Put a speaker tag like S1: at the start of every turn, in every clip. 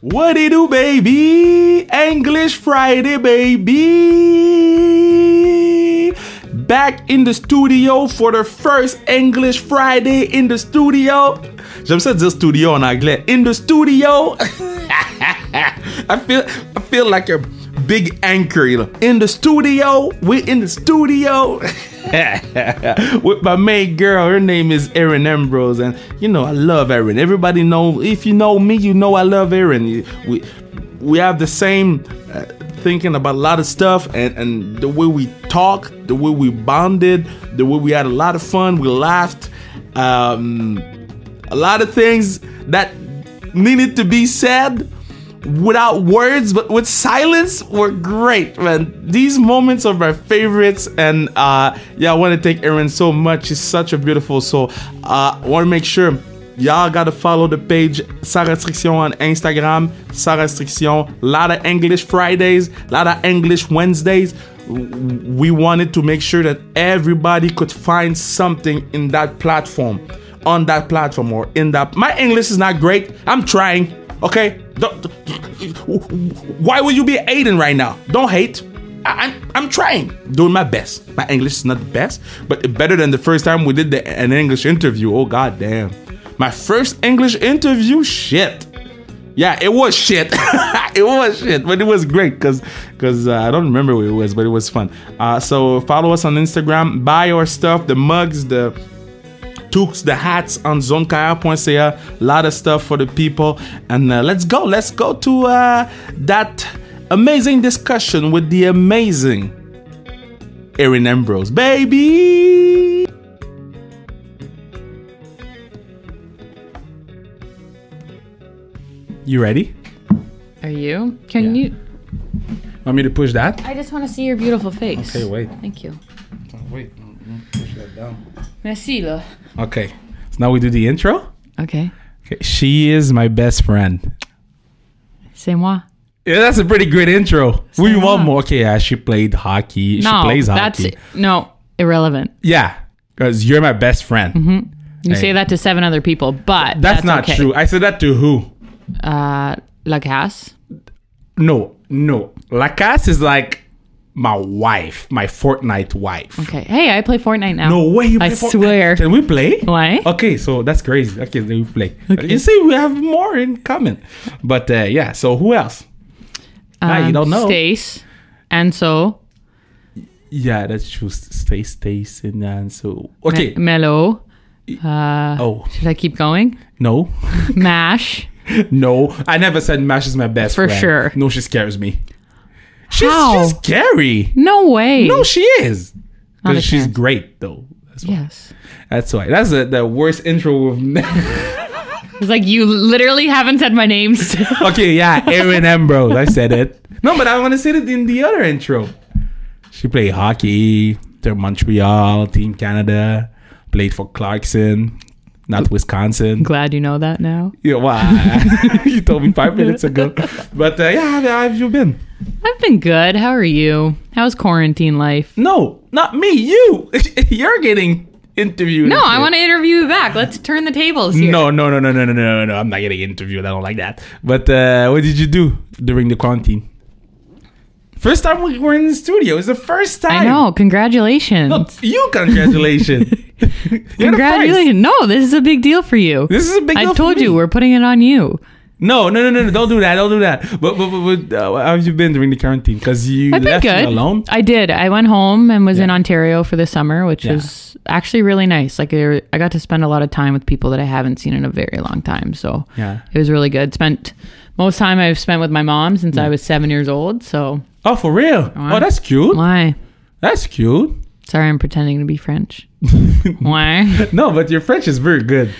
S1: What it do, baby? English Friday, baby. Back in the studio for the first English Friday in the studio. J'aime ça dire studio en anglais. In the studio. I feel I feel like a big anchor. you know. In the studio. We're in the studio. With my main girl, her name is Erin Ambrose, and you know I love Erin. Everybody know if you know me, you know I love Erin. You- We we have the same uh, thinking about a lot of stuff, and and the way we talk, the way we bonded, the way we had a lot of fun, we laughed. Um, a lot of things that needed to be said without words but with silence were great man these moments are my favorites and uh yeah i want to thank Erin so much she's such a beautiful soul uh i want to make sure y'all gotta follow the page sans restriction on instagram sans restriction lot of english fridays lot of english wednesdays we wanted to make sure that everybody could find something in that platform on that platform or in that. My English is not great. I'm trying. Okay. Don't- why would you be hating right now? Don't hate. I, I'm I'm trying, doing my best. My English is not the best, but better than the first time we did the, an English interview. Oh god damn. My first English interview, shit. Yeah, it was shit. it was shit, but it was great because because uh, I don't remember what it was, but it was fun. Uh, so follow us on Instagram, buy our stuff, the mugs, the toques, the hats on zonekaya.ca. lot of stuff for the people. And uh, let's go. Let's go to uh, that amazing discussion with the amazing Erin Ambrose. Baby! You ready?
S2: Are you? Can
S1: Yeah.
S2: you?
S1: Want me to push that?
S2: I just want to see your beautiful face.
S1: Okay, wait.
S2: Thank you.
S1: Wait, mm, push that down.
S2: Merci, là.
S1: Okay, so now we do the intro.
S2: Okay.
S1: Okay, she is my best friend.
S2: C'est moi.
S1: Yeah, that's a pretty great intro. We
S2: Say
S1: want
S2: what?
S1: more. Okay, yeah, she played hockey.
S2: No,
S1: she plays
S2: that's
S1: hockey.
S2: no irrelevant.
S1: Yeah, because you're my best friend.
S2: You
S1: Hey.
S2: say that to seven other people, but
S1: Mm-hmm, That's, not
S2: okay.
S1: true. I said that to who?
S2: Uh, La Casse.
S1: No, no. Lacasse is like my wife, my Fortnite wife.
S2: Okay. Hey, I play Fortnite now.
S1: No way. You
S2: I
S1: play Fortnite?
S2: swear.
S1: Can we play?
S2: Why?
S1: Okay, so that's crazy. Okay, then we play. You see, we have more in common. But uh, yeah, so who else? Ah, you don't know.
S2: Stace, Anso,
S1: Yeah, that's true. Stay, stay, and then so. Okay.
S2: Mello. Uh,
S1: oh
S2: Should I keep going?
S1: no.
S2: Mash.
S1: No, I never said Mash is my best
S2: For
S1: friend.
S2: sure.
S1: No, she scares me. She's,
S2: How?
S1: she's scary.
S2: No way.
S1: No, she is.
S2: Not a
S1: Because she's
S2: chance.
S1: great, though. That's why.
S2: Yes.
S1: That's why. That's the, the worst intro. We've...
S2: It's like you literally haven't said my name. still.
S1: okay, yeah, Aaron Ambrose. I said it. No, but I want to say it in the other intro. She played hockey. they Montreal, Team Canada. Played for Clarkson, not Wisconsin.
S2: Glad you know that now.
S1: Yeah, why? you told me five minutes ago. But uh, yeah, how have you been?
S2: I've been good. How are you? How's quarantine life?
S1: No, not me. You. You're getting interviewed.
S2: No, I want to interview you back. Let's turn the tables here.
S1: No, no, no, no, no, no, no, no. I'm not getting interviewed. I don't like that. But uh, what did you do during the quarantine? First time we were in the studio. It's the first time.
S2: I know. Congratulations.
S1: No, you congratulations. You're the first.
S2: Congratulations. No, this is a big deal for you.
S1: This is a big.
S2: I
S1: deal for
S2: told
S1: me.
S2: you, we're putting it on you.
S1: No, no, no, no, no. Don't do that. Don't do that. But, but, but, but uh, how have you been during the quarantine? Because you
S2: I've been
S1: left
S2: good.
S1: me alone.
S2: I did. I went home and was in
S1: Yeah.
S2: Ontario for the summer, which
S1: Yeah.
S2: was actually really nice. Like I I got to spend a lot of time with people that I haven't seen in a very long time. So
S1: Yeah.
S2: it was really good. Spent most time I've spent with my mom since I was seven years old. So
S1: Oh, for real? Oh, that's cute.
S2: why?
S1: That's cute.
S2: Sorry, I'm pretending to be French. why?
S1: No, but your French is very good.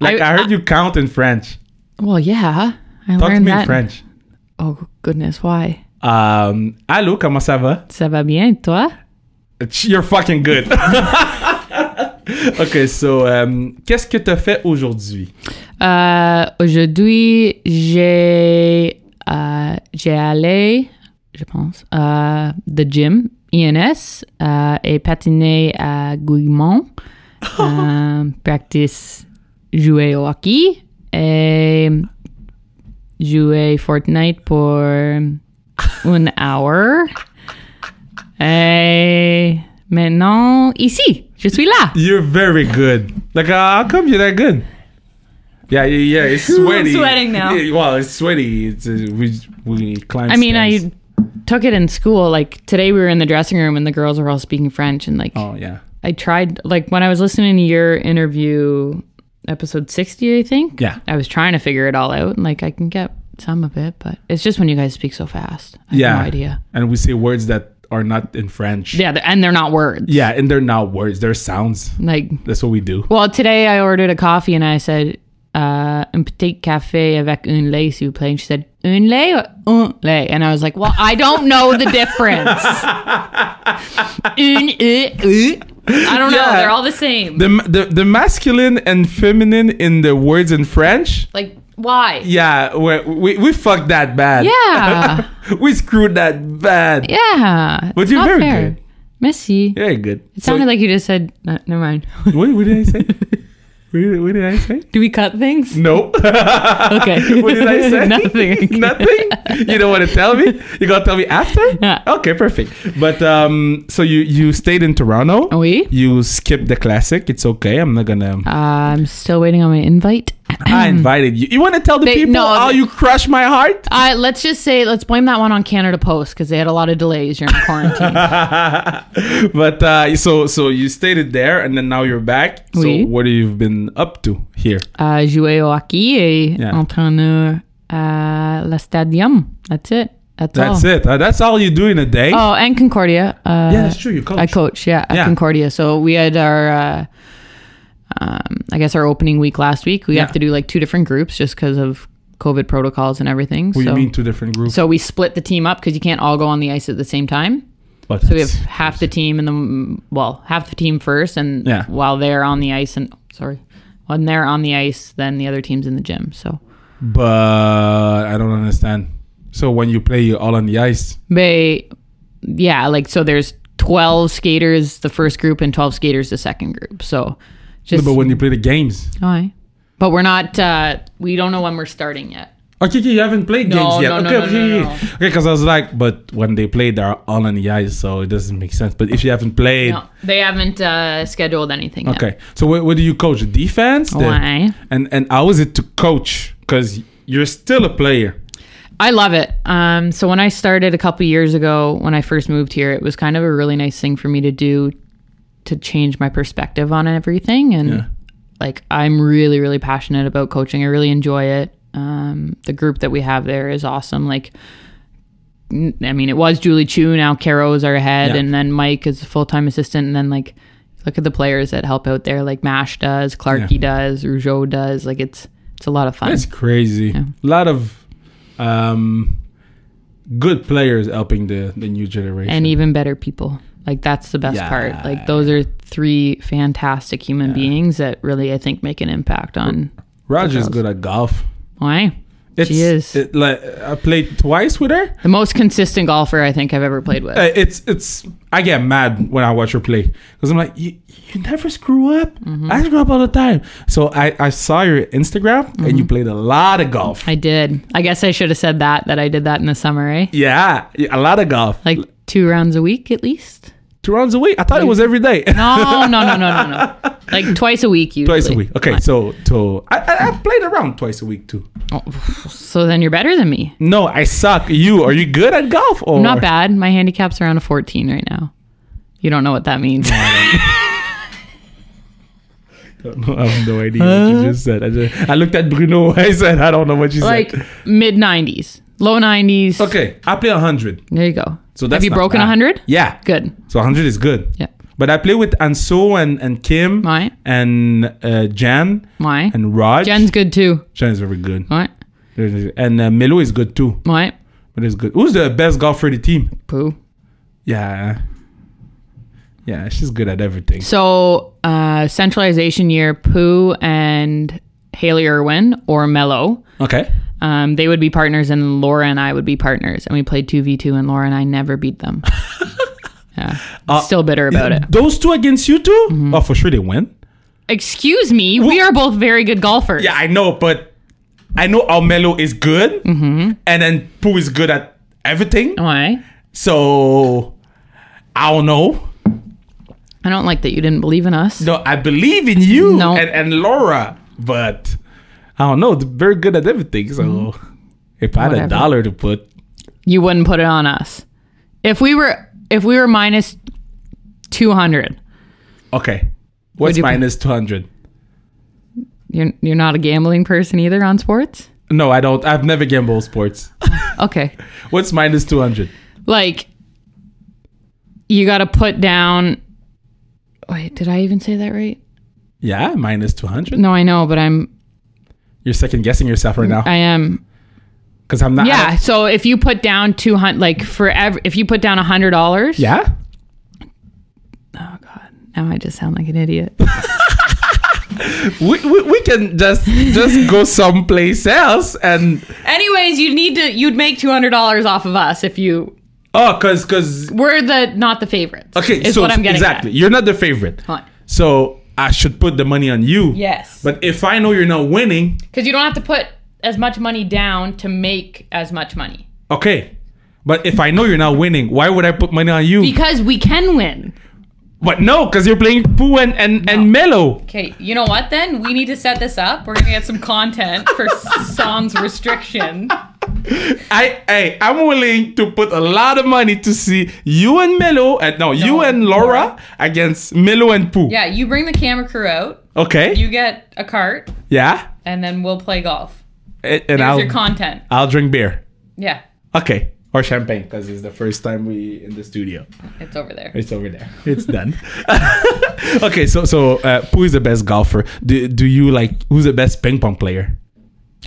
S1: Like I,
S2: I-
S1: heard you count in French.
S2: Well, yeah. I
S1: Talk to
S2: learned
S1: me
S2: that.
S1: in French.
S2: Oh goodness, why?
S1: Um, allô, comment ça va?
S2: Ça va bien, toi?
S1: Ch- You're fucking good. okay, so um, qu'est-ce que t'as fait aujourd'hui?
S2: Euh, aujourd'hui, j'ai euh, j'ai allé, je pense, à the gym INS euh, et patiné à Guillemont. euh, practice jouer au hockey et jouer Fortnite pour une hour. Et maintenant, ici, je suis là.
S1: You're very good. Like, uh, how come you're that good? Yeah, yeah, yeah. It's sweaty.
S2: sweating now.
S1: Yeah, well, it's sweaty. It's uh, we we climb.
S2: I mean, I
S1: stairs.
S2: took it in school. Like today, we were in the dressing room and the girls were all speaking French. And like,
S1: Oh yeah.
S2: I tried, like, when I was listening to your interview, episode 60, I think.
S1: Yeah.
S2: I was trying to figure it all out. And like, I can get some of it, but it's just when you guys speak so fast. I
S1: Yeah.
S2: have no idea.
S1: And we say words that are not in French.
S2: Yeah. th- And they're not words.
S1: Yeah, and they're not words. They're sounds.
S2: Like,
S1: That's what we do.
S2: Well, today I ordered a coffee and I said, uh, un petit café avec un lait, s'il vous plaît. And she said, un lait or un lait? And I was like, well, I don't know the difference. un, uh, uh. I don't know.
S1: Yeah.
S2: They're all the same.
S1: The, the the masculine and feminine in the words in French.
S2: like, why? Yeah.
S1: Yeah, we we, we fucked that bad.
S2: Yeah.
S1: we screwed that bad. But
S2: It's
S1: you're
S2: not
S1: very
S2: fair.
S1: good.
S2: Messy.
S1: Very good.
S2: It sounded like you just said, no, never mind.
S1: What, what did I say? what, did, what did I say?
S2: Do we cut things?
S1: No.
S2: Okay.
S1: what did I say?
S2: Nothing.
S1: Nothing. You don't want to tell me. You gonna tell me after?
S2: Yeah.
S1: Okay, perfect. But um, so you you stayed in Toronto.
S2: Oui.
S1: You skipped the classic. It's okay. I'm not gonna.
S2: Oh. Uh, I'm still waiting on my invite.
S1: I invited you. You want to tell the
S2: They-
S1: people
S2: no,
S1: how
S2: they-
S1: you crushed my heart?
S2: Uh, let's just say, let's blame that one on Canada Post because they had a lot of delays during quarantine.
S1: but uh, so so you stayed it there, and then now you're back. So
S2: Oui.
S1: what have you been up to here?
S2: uh, jouer au hockey et
S1: Yeah.
S2: entraîneur à la Stadium. That's it. That's,
S1: That's
S2: all.
S1: it. Uh, that's all you do in a day.
S2: Oh, and Concordia. Uh,
S1: yeah, that's true. You coach.
S2: I coach, yeah, at
S1: Yeah.
S2: Concordia. So we had our, uh, um, I guess, our opening week last week. We
S1: Yeah.
S2: have to do like two different groups just because of COVID protocols and everything.
S1: What do
S2: so,
S1: you mean two different groups?
S2: so we split the team up because you can't all go on the ice at the same time.
S1: but
S2: So we have half the team and the well, half the team first, and
S1: Yeah.
S2: while they're on the ice and sorry, when they're on the ice, then the other team's in the gym. So,
S1: But I don't understand. So when you play, you're all on the ice.
S2: they, yeah, like so. There's twelve skaters the first group and twelve skaters the second group. So, just
S1: But when you play the games,
S2: Aye. but we're not. Uh, we don't know when we're starting yet.
S1: okay, okay, you haven't played
S2: No,
S1: games yet.
S2: no, no,
S1: okay,
S2: no,
S1: okay,
S2: no, no,
S1: okay. okay, because I was like, but when they play, they're all on the ice, so it doesn't make sense. But if you haven't played,
S2: No, they haven't uh, scheduled anything. yet.
S1: okay. So what, what do you coach? Defense. The-
S2: Why?
S1: And and how is it to coach? Because you're still a player.
S2: I love it. Um, so when I started a couple years ago, when I first moved here, it was kind of a really nice thing for me to do to change my perspective on everything. And
S1: Yeah.
S2: like, I'm really, really passionate about coaching. I really enjoy it. Um, the group that we have there is awesome. Like, n- I mean, it was Julie Chu. Now Caro is our head,
S1: Yeah.
S2: and then Mike is a full time assistant. And then like, look at the players that help out there. Like Mash does, Clarky does, Rougeau does. Like, it's it's a lot of fun.
S1: That's crazy. A lot of um, good players helping the the new generation.
S2: and even better people. Like that's the best
S1: Yeah.
S2: part. Like those are three fantastic human beings that really I think make an impact on
S1: Roger's good at golf.
S2: why she is
S1: it- like I played twice with her.
S2: the most consistent golfer I think I've ever played with.
S1: Uh, it's it's I get mad when I watch her play because I'm like you, you never screw up.
S2: Mm-hmm.
S1: I screw up all the time. So I I saw your Instagram and you played a lot of golf.
S2: Mm-hmm. I did. I guess I should have said that that I did that in the summer, eh?
S1: yeah, a lot of golf.
S2: Like two rounds a week at least.
S1: Two rounds a week. I thought it was every day.
S2: No, no, no, no, no, no. Like twice a week usually.
S1: twice a week. Okay, so so I, I I played around twice a week too.
S2: So then you're better than me.
S1: No, I suck. You are you good at golf or
S2: I'm not bad. My handicap's around a 14 right now. You don't know what that means.
S1: No, I have no idea what you just said. I, just, I looked at Bruno. I said I don't know what you
S2: like
S1: said.
S2: mid 90s, low 90s.
S1: Okay, I play hundred.
S2: There you go.
S1: So that's
S2: have you
S1: not
S2: broken
S1: bad.
S2: 100?
S1: Yeah.
S2: Good.
S1: So 100 is good.
S2: Yeah.
S1: But I play with Anso and, and Kim
S2: Right.
S1: and uh, Jan
S2: Why?
S1: and Raj.
S2: Jen's good too.
S1: Jan is very good.
S2: Why?
S1: And uh, Melo is good too.
S2: Why?
S1: But it's good. Who's the best golfer in the team?
S2: Poo.
S1: Yeah. Yeah, she's good at everything.
S2: So, uh, centralization year, Poo and Haley Irwin or Mello.
S1: Okay.
S2: Um, they would be partners, and Laura and I would be partners. And we played 2v2, and Laura and I never beat them. yeah.
S1: Uh,
S2: Still bitter about it. Mm-hmm.
S1: Those two against you 2 Oh, for sure they win.
S2: Excuse me. We are both very good golfers.
S1: Yeah, I know, but I know Almelo is good,
S2: Mm-hmm.
S1: and then Pooh is good at everything.
S2: Why?
S1: So I don't know.
S2: I don't like that you didn't believe in us.
S1: No, I believe in you
S2: No.
S1: and, and Laura, but I don't know. They're very good at everything. So if I had
S2: Mm-hmm. Whatever.
S1: a dollar to put,
S2: You wouldn't put it on us. If we were if we were minus 200,
S1: okay, what's
S2: you put?
S1: minus two hundred?
S2: you're you're not a gambling person either on sports?
S1: No, I don't. I've never gambled sports.
S2: Okay.
S1: what's minus two hundred?
S2: like you got to put down Wait, did I even say that right?
S1: Yeah, minus two hundred.
S2: No, I know, but I'm
S1: You're second guessing yourself right now
S2: I am
S1: because I'm not. I
S2: Mm-hmm. Yeah,
S1: don't-
S2: so if you put down 200 like for every, if you put down $100,
S1: yeah.
S2: Oh god. Now I just sound like an idiot.
S1: We, we, we can just just go someplace else and
S2: Anyways, you need to you'd make two hundred dollars off of us if you
S1: oh, cause cause
S2: we're the not the favorites.
S1: okay.
S2: is
S1: so
S2: what I'm getting
S1: exactly.
S2: At.
S1: You're not the favorite.
S2: Fine.
S1: So I should put the money on you.
S2: Yes,
S1: But if I know you're not winning,
S2: because you don't have to put as much money down to make as much money
S1: okay. But if I know you're not winning, why would I put money on you?
S2: because we can win.
S1: but no, because you're playing Pooh and and, and Mellow.
S2: Okay, you know what? Then we need to set this up. We're gonna get some content for Sans restriction.
S1: I hey, I'm willing to put a lot of money to see you and Mellow and no, you and Laura against Mellow and Pooh.
S2: Yeah, you bring the camera crew out.
S1: Okay.
S2: You get a cart,
S1: yeah.
S2: and then we'll play golf.
S1: And, and
S2: Here's
S1: I'll
S2: your content.
S1: I'll drink beer.
S2: Yeah,
S1: Okay. Or champagne, because it's the first time we in the studio.
S2: it's over there.
S1: It's over there. It's done. okay, so so uh, Pooh is the best golfer. Do, do you like who's the best ping pong player?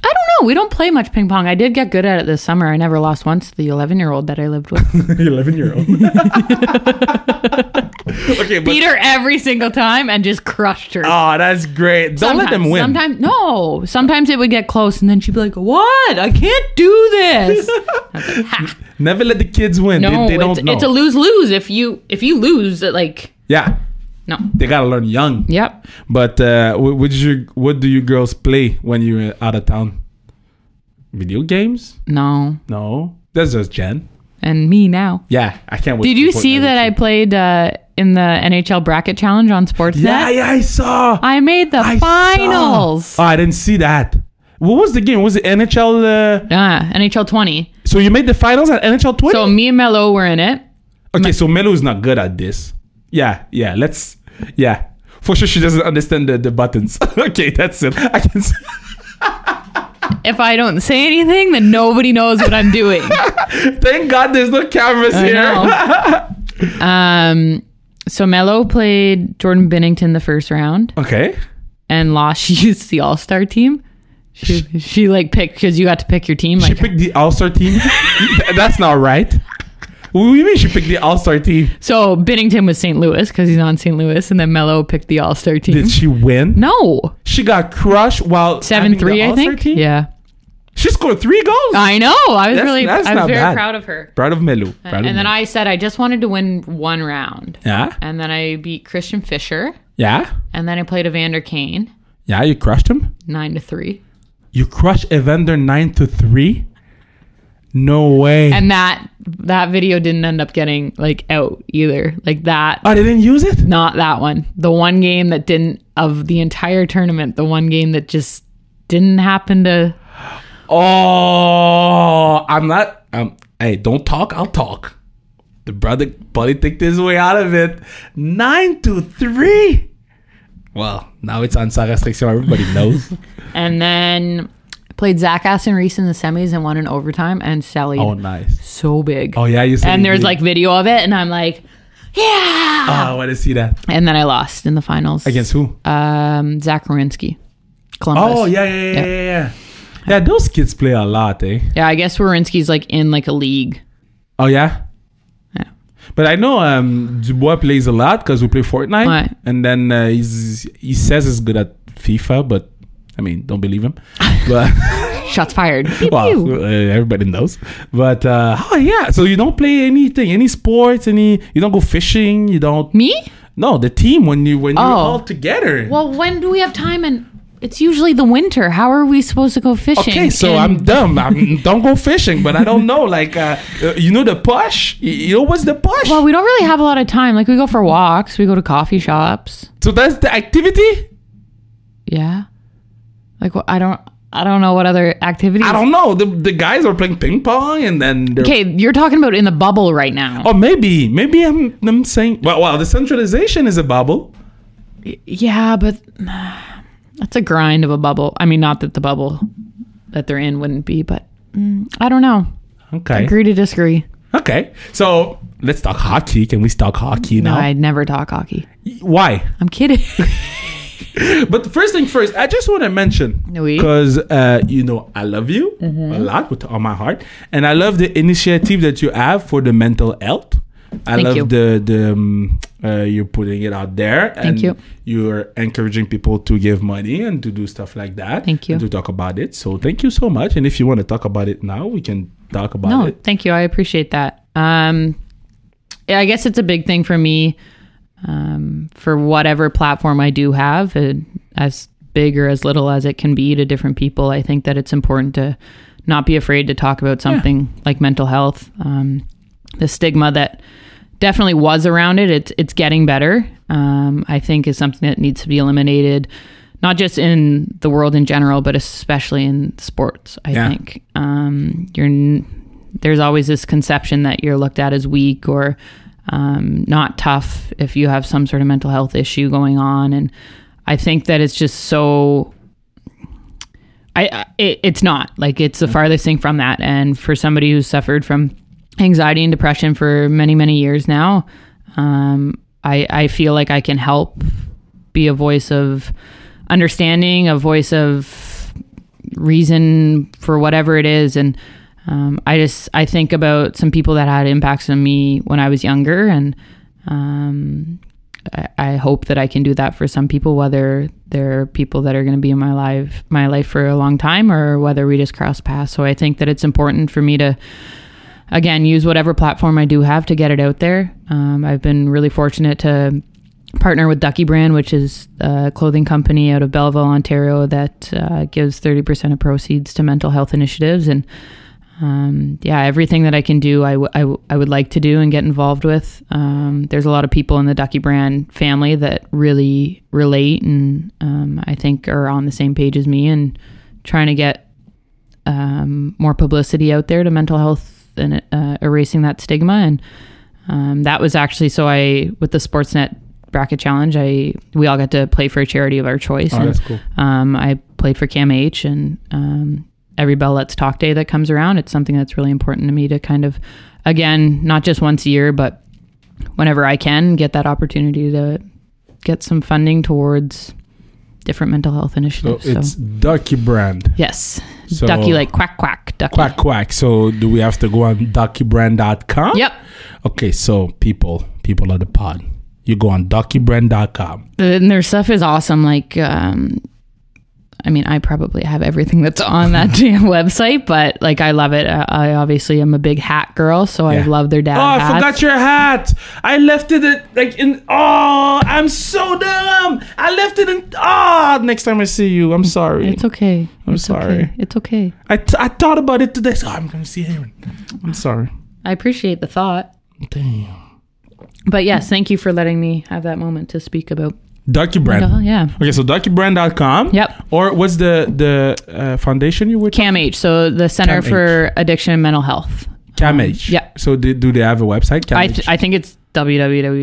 S2: I don't know. We don't play much ping pong. I did get good at it this summer. I never lost once to the 11 year old that I lived with.
S1: Eleven year old. okay, but
S2: Beat her every single time and just crushed her.
S1: oh, that's great. Don't let them win.
S2: Sometimes, no. Sometimes it would get close, and then she'd be like, "What? I can't do this." I was like, ha.
S1: Never let the kids win.
S2: No,
S1: they, they don't
S2: it's,
S1: know.
S2: it's a lose lose. If you if you lose, it like
S1: yeah,
S2: no.
S1: they gotta learn young.
S2: Yep.
S1: But uh, wh- what, you, what do you girls play when you're out of town? Video games?
S2: No.
S1: No, that's just Jen.
S2: And me now.
S1: Yeah, I can't wait.
S2: Did
S1: to
S2: you
S1: put
S2: see
S1: everything.
S2: that I played uh, in the NHL bracket challenge on Sportsnet?
S1: Yeah, yeah, I saw.
S2: I made the
S1: I
S2: finals.
S1: saw. Oh, I didn't see that. What was the game? Was it NHL? Uh,
S2: Yeah, NHL 20.
S1: so you made the finals at NHL 20?
S2: So me and Melo were in it.
S1: okay, so Melo is not good at this. Yeah, yeah, let's. Yeah. For sure, she doesn't understand the, the buttons. okay, that's it. I can see.
S2: If I don't say anything, then nobody knows what I'm doing.
S1: Thank God there's no cameras
S2: I
S1: here.
S2: know. um, so Melo played Jordan Bennington the first round
S1: Okay.
S2: and lost. She used the All Star team. She, she like picked because you got to pick your team.
S1: She
S2: Like
S1: picked the All Star team. Th- that's not right. What do you mean she picked the All Star team?
S2: so, Bennington was St. Louis because he's on St. Louis, and then Melo picked the All Star team.
S1: Did she win?
S2: Mm-hmm. no,
S1: She got crushed while
S2: seven three,
S1: having
S2: I
S1: the All-Star
S2: think.
S1: Team?
S2: Yeah,
S1: She scored three goals.
S2: I know. I was
S1: That's-
S2: really,
S1: that's
S2: I was
S1: not
S2: very
S1: bad.
S2: proud of her.
S1: Proud of Melu. Proud of
S2: uh, And then
S1: Melu.
S2: I said I just wanted to win one round,
S1: Yeah.
S2: and then I beat Christian Fisher,
S1: Yeah.
S2: and then I played Evander Kane
S1: Yeah, you crushed him.
S2: nine to three.
S1: You crushed Evander nine to three. No way.
S2: and that that video didn't end up getting like out either like that
S1: oh, they didn't use it.
S2: not that one the one game that didn't of the entire tournament the one game that just didn't happen to
S1: Oh, I'm not. Um, hey, don't talk. I'll talk. The brother buddy took his way out of it. Nine to three. Well, now it's on sans restriction. Everybody knows.
S2: and then played zach aston reese in the semis and won in overtime and sally
S1: oh, nice.
S2: so big
S1: Oh yeah, you. said
S2: and
S1: you
S2: there's
S1: did.
S2: like video of it and i'm like yeah
S1: Oh, I want to see that
S2: and then i lost in the finals
S1: against who?
S2: um zach Wierenski, columbus
S1: oh yeah, yeah, yeah, yeah,
S2: Yeah.
S1: yeah, yeah. Yeah, those kids play a lot, eh?
S2: yeah i guess Wierenski's like in like a league
S1: Oh yeah.
S2: Yeah.
S1: But I know um, Dubois plays a lot because we play Fortnite,
S2: Right.
S1: and then uh, he's he says he's good at FIFA, but I mean, don't believe him. But
S2: shots fired Pew, pew.
S1: well, uh, everybody knows. But uh, oh yeah, so you don't play anything, any sports, any you don't go fishing, you don't.
S2: me
S1: No, the team when you when
S2: Oh.
S1: you're all together.
S2: Well, when do we have time? And It's usually the winter. How are we supposed to go fishing?
S1: Okay, so
S2: in-
S1: I'm dumb. I don't go fishing, but I don't know. Like, uh, uh, you know the push? You- You know what's the push?
S2: Well, we don't really have a lot of time. Like we go for walks, we go to coffee shops.
S1: so that's the activity?
S2: Yeah. Like well, I don't I don't know what other activities.
S1: I don't know. The, the guys are playing ping pong and then they're.
S2: Okay, you're talking about in the bubble right now.
S1: Or maybe, maybe I'm, I'm saying, well, well, the centralization is a bubble.
S2: Yeah, but that's a grind of a bubble. I mean, not that the bubble that they're in wouldn't be, but mm, I don't know.
S1: Okay.
S2: Agree to disagree.
S1: Okay. So let's talk hockey. Can we talk hockey
S2: No,
S1: now?
S2: I'd never talk hockey.
S1: Why?
S2: I'm kidding.
S1: But the first thing first, I just want to mention
S2: Oui. Mm-hmm.
S1: because uh, you know I love you a lot with all my heart, and I love the initiative that you have for the mental health. I
S2: Thank
S1: love
S2: you.
S1: the the um, uh, you're putting it out there. and
S2: you.
S1: You're encouraging people to give money and to do stuff like that.
S2: Thank you.
S1: and to talk about it. So thank you so much. And if you want to talk about it now, we can talk about
S2: no,
S1: it.
S2: thank you. I appreciate that. Um, yeah, I guess it's a big thing for me. Um, for whatever platform I do have, uh, as big or as little as it can be to different people, I think that it's important to not be afraid to talk about something like mental health. Um, the stigma that definitely was around it. It's it's getting better. Um, I think is something that needs to be eliminated, not just in the world in general, but especially in sports. I
S1: Yeah.
S2: think um, you're n- there's always this conception that you're looked at as weak or um, not tough if you have some sort of mental health issue going on, and I think that it's just so I, I it, it's not like it's the farthest thing from that. And for somebody who's suffered from anxiety and depression for many many years now, um, I I feel like I can help be a voice of understanding, a voice of reason for whatever it is, and um, I just I think about some people that had impacts on me when I was younger, and um, I, I hope that I can do that for some people, whether they're people that are going to be in my life, my life for a long time, or whether we just cross paths. So I think that it's important for me to, again, use whatever platform I do have to get it out there. Um, I've been really fortunate to partner with Ducky Brand, which is a clothing company out of Belleville, Ontario, that uh, gives thirty percent of proceeds to mental health initiatives and um, yeah, everything that I can do, I, w- I, w- I would like to do and get involved with. Um, there's a lot of people in the Ducky Brand family that really relate and um, I think are on the same page as me and trying to get um, more publicity out there to mental health and uh, erasing that stigma. And um, that was actually so I with the Sportsnet bracket challenge, I we all got to play for a charity of our choice.
S1: Oh,
S2: and
S1: that's cool.
S2: um, I played for Cam H, and um, every Bell Let's Talk Day that comes around, it's something that's really important to me to kind of, again, not just once a year, but whenever I can, get that opportunity to get some funding towards different mental health
S1: So
S2: initiatives. So,
S1: it's Ducky Brand.
S2: yes,
S1: So-
S2: ducky like quack quack ducky.
S1: Quack quack. So do we have to go on duckybrand.com?
S2: Yep,
S1: Okay, so people, people of the pod, you go on docubrand.com.
S2: and their stuff is awesome. Like, um, I mean, I probably have everything that's on that damn website, but like, I love it. I, I obviously am a big hat girl, so
S1: Yeah.
S2: I love their dad.
S1: Oh, I
S2: hats.
S1: forgot your hat. I left it at, like in. Oh, I'm so dumb. I left it in. Oh, next time I see you, I'm sorry.
S2: It's okay. I'm it's
S1: sorry.
S2: Okay. It's okay.
S1: I, t- I thought about it today. So I'm gonna see Aaron. I'm sorry.
S2: I appreciate the thought.
S1: Damn.
S2: But yes, thank you for letting me have that moment to speak about. Oh,
S1: Docubrand.
S2: yeah.
S1: Okay, so docubrand.com.
S2: Yep.
S1: Or what's the the uh, foundation you would?
S2: CAMH, so the Center
S1: CAMH.
S2: for Addiction and Mental Health.
S1: CAMH.
S2: yeah.
S1: So do, do they have a website? CAMH.
S2: I, th- I think it's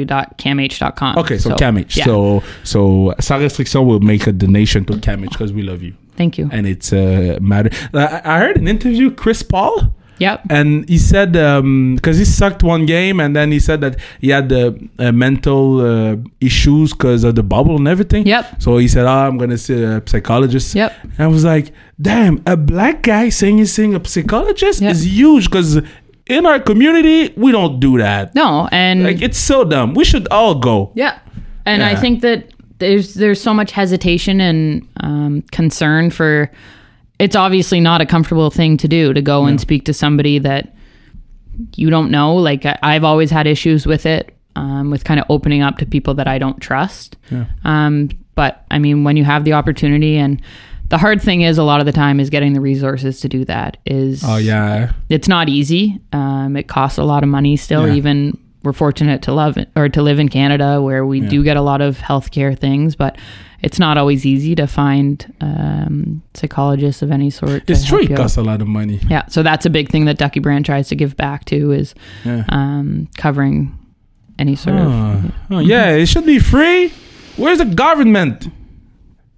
S2: www.camh.com.
S1: Okay, so, CAMH.
S2: yeah.
S1: So so sans restriction will make a donation to CAMH because we love you.
S2: thank you.
S1: and it's a matter. I I heard an interview Chris Paul,
S2: Yep.
S1: and he said because he sucked one game, and then he said that he had the uh, mental uh, issues because of the bubble and everything.
S2: Yep.
S1: So he said, "Oh, I'm gonna see a psychologist."
S2: Yep.
S1: And I was like, "Damn, a black guy saying he's seeing a psychologist
S2: Yep.
S1: is huge because in our community we don't do that.
S2: No, and
S1: Like it's so dumb. We should all go."
S2: Yeah, and I
S1: Yeah.
S2: think that there's there's so much hesitation and um, concern for. It's obviously not a comfortable thing to do to go and speak to somebody that you don't know. Like I, I've always had issues with it, um, with kind of opening up to people that I don't trust. Um, But I mean, when you have the opportunity, and the hard thing is a lot of the time is getting the resources to do that. Is
S1: Oh yeah.
S2: it's not easy. Um, it costs a lot of money still.
S1: Yeah.
S2: Even we're fortunate to love or to live in Canada where we do get a lot of healthcare things, but it's not always easy to find um, psychologists of any sort. to
S1: It's true.
S2: help
S1: It
S2: you out.
S1: costs a lot of money.
S2: Yeah, so that's a big thing that Ducky Brand tries to give back to is
S1: Yeah.
S2: um, covering any sort of.
S1: Oh, oh, yeah,
S2: mm-hmm.
S1: it should be free. Where's the government?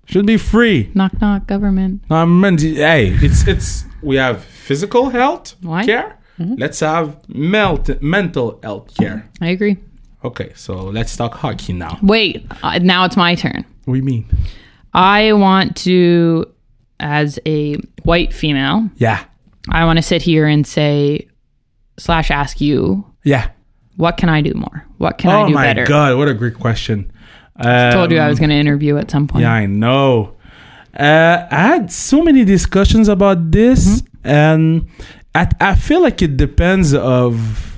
S1: Should be free.
S2: Knock knock government.
S1: I meant, hey, it's it's we have physical health
S2: Why? Mm-hmm.
S1: care. Let's have melt, mental health care.
S2: I agree.
S1: Okay, so let's talk hockey now.
S2: Wait, uh, now it's my turn.
S1: What do you mean?
S2: I want to, as a white female,
S1: Yeah,
S2: I want to sit here and say, slash, ask you,
S1: yeah.
S2: what can I do more? What can I
S1: Oh
S2: do
S1: my
S2: better?
S1: god, what a great question. Um,
S2: Told you I was going to interview at some point.
S1: Yeah, I know. Uh, I had so many discussions about this, and I, I feel like it depends of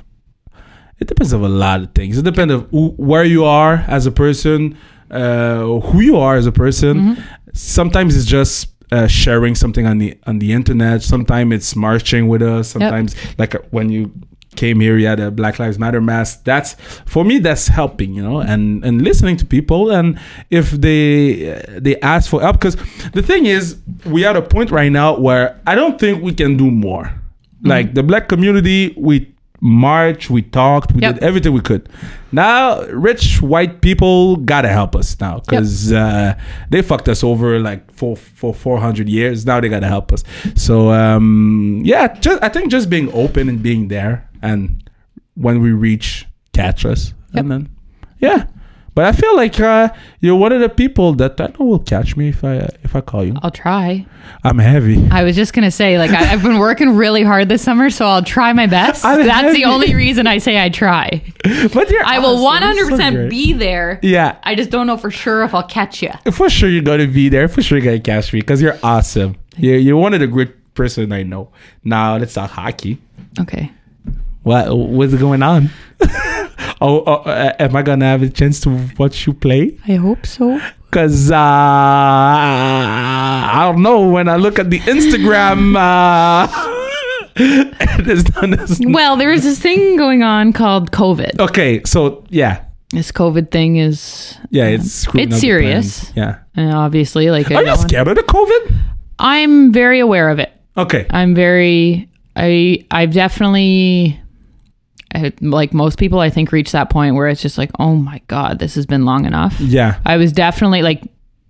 S1: it depends of a lot of things. It depends of who, where you are as a person, uh, who you are as a person. Sometimes it's just uh, sharing something on the on the internet. Sometimes it's marching with us. Sometimes like uh, when you came here, you had a Black Lives Matter mask. That's for me. That's helping, you know, and and listening to people. And if they uh, they ask for help, because the thing is, we are at a point right now where I don't think we can do more. Like the black community, we march, we talked, we
S2: Yep.
S1: did everything we could. Now, rich white people gotta help us now because uh, they fucked us over like for for four hundred years. Now they gotta help us. So um, yeah, just I think just being open and being there, and when we reach, catch us, and then yeah. But I feel like uh, you're one of the people that I know will catch me if I if I call you.
S2: I'll try.
S1: I'm heavy.
S2: I was just going to say, like, I, I've been working really hard this summer, so I'll try my best.
S1: I'm
S2: That's
S1: happy.
S2: the only reason I say I try.
S1: But you're
S2: uh, I will
S1: awesome. It's so
S2: 100%
S1: great.
S2: be there.
S1: Yeah.
S2: I just don't know for sure if I'll catch you.
S1: for sure you're gonna be there. For sure you're gonna catch me because you're awesome. You're, you're one of the great person I know. Now let's talk hockey.
S2: Okay.
S1: What what's going on? oh, oh, uh, am I gonna have a chance to watch you play?
S2: I hope so.
S1: Cause uh, I don't know. When I look at the Instagram, uh, there's none. there's none-
S2: Well, there is this thing going on called COVID.
S1: Okay, so yeah,
S2: This COVID thing is
S1: yeah, it's screwing
S2: It's
S1: up the
S2: serious.
S1: plans. Yeah,
S2: uh, obviously like I
S1: are you
S2: don't-
S1: scared of the COVID?
S2: I'm very aware of it.
S1: Okay,
S2: I'm very I I've definitely I, like most people I think reached that point where it's just like, "Oh my god, this has been long enough."
S1: yeah,
S2: I was definitely like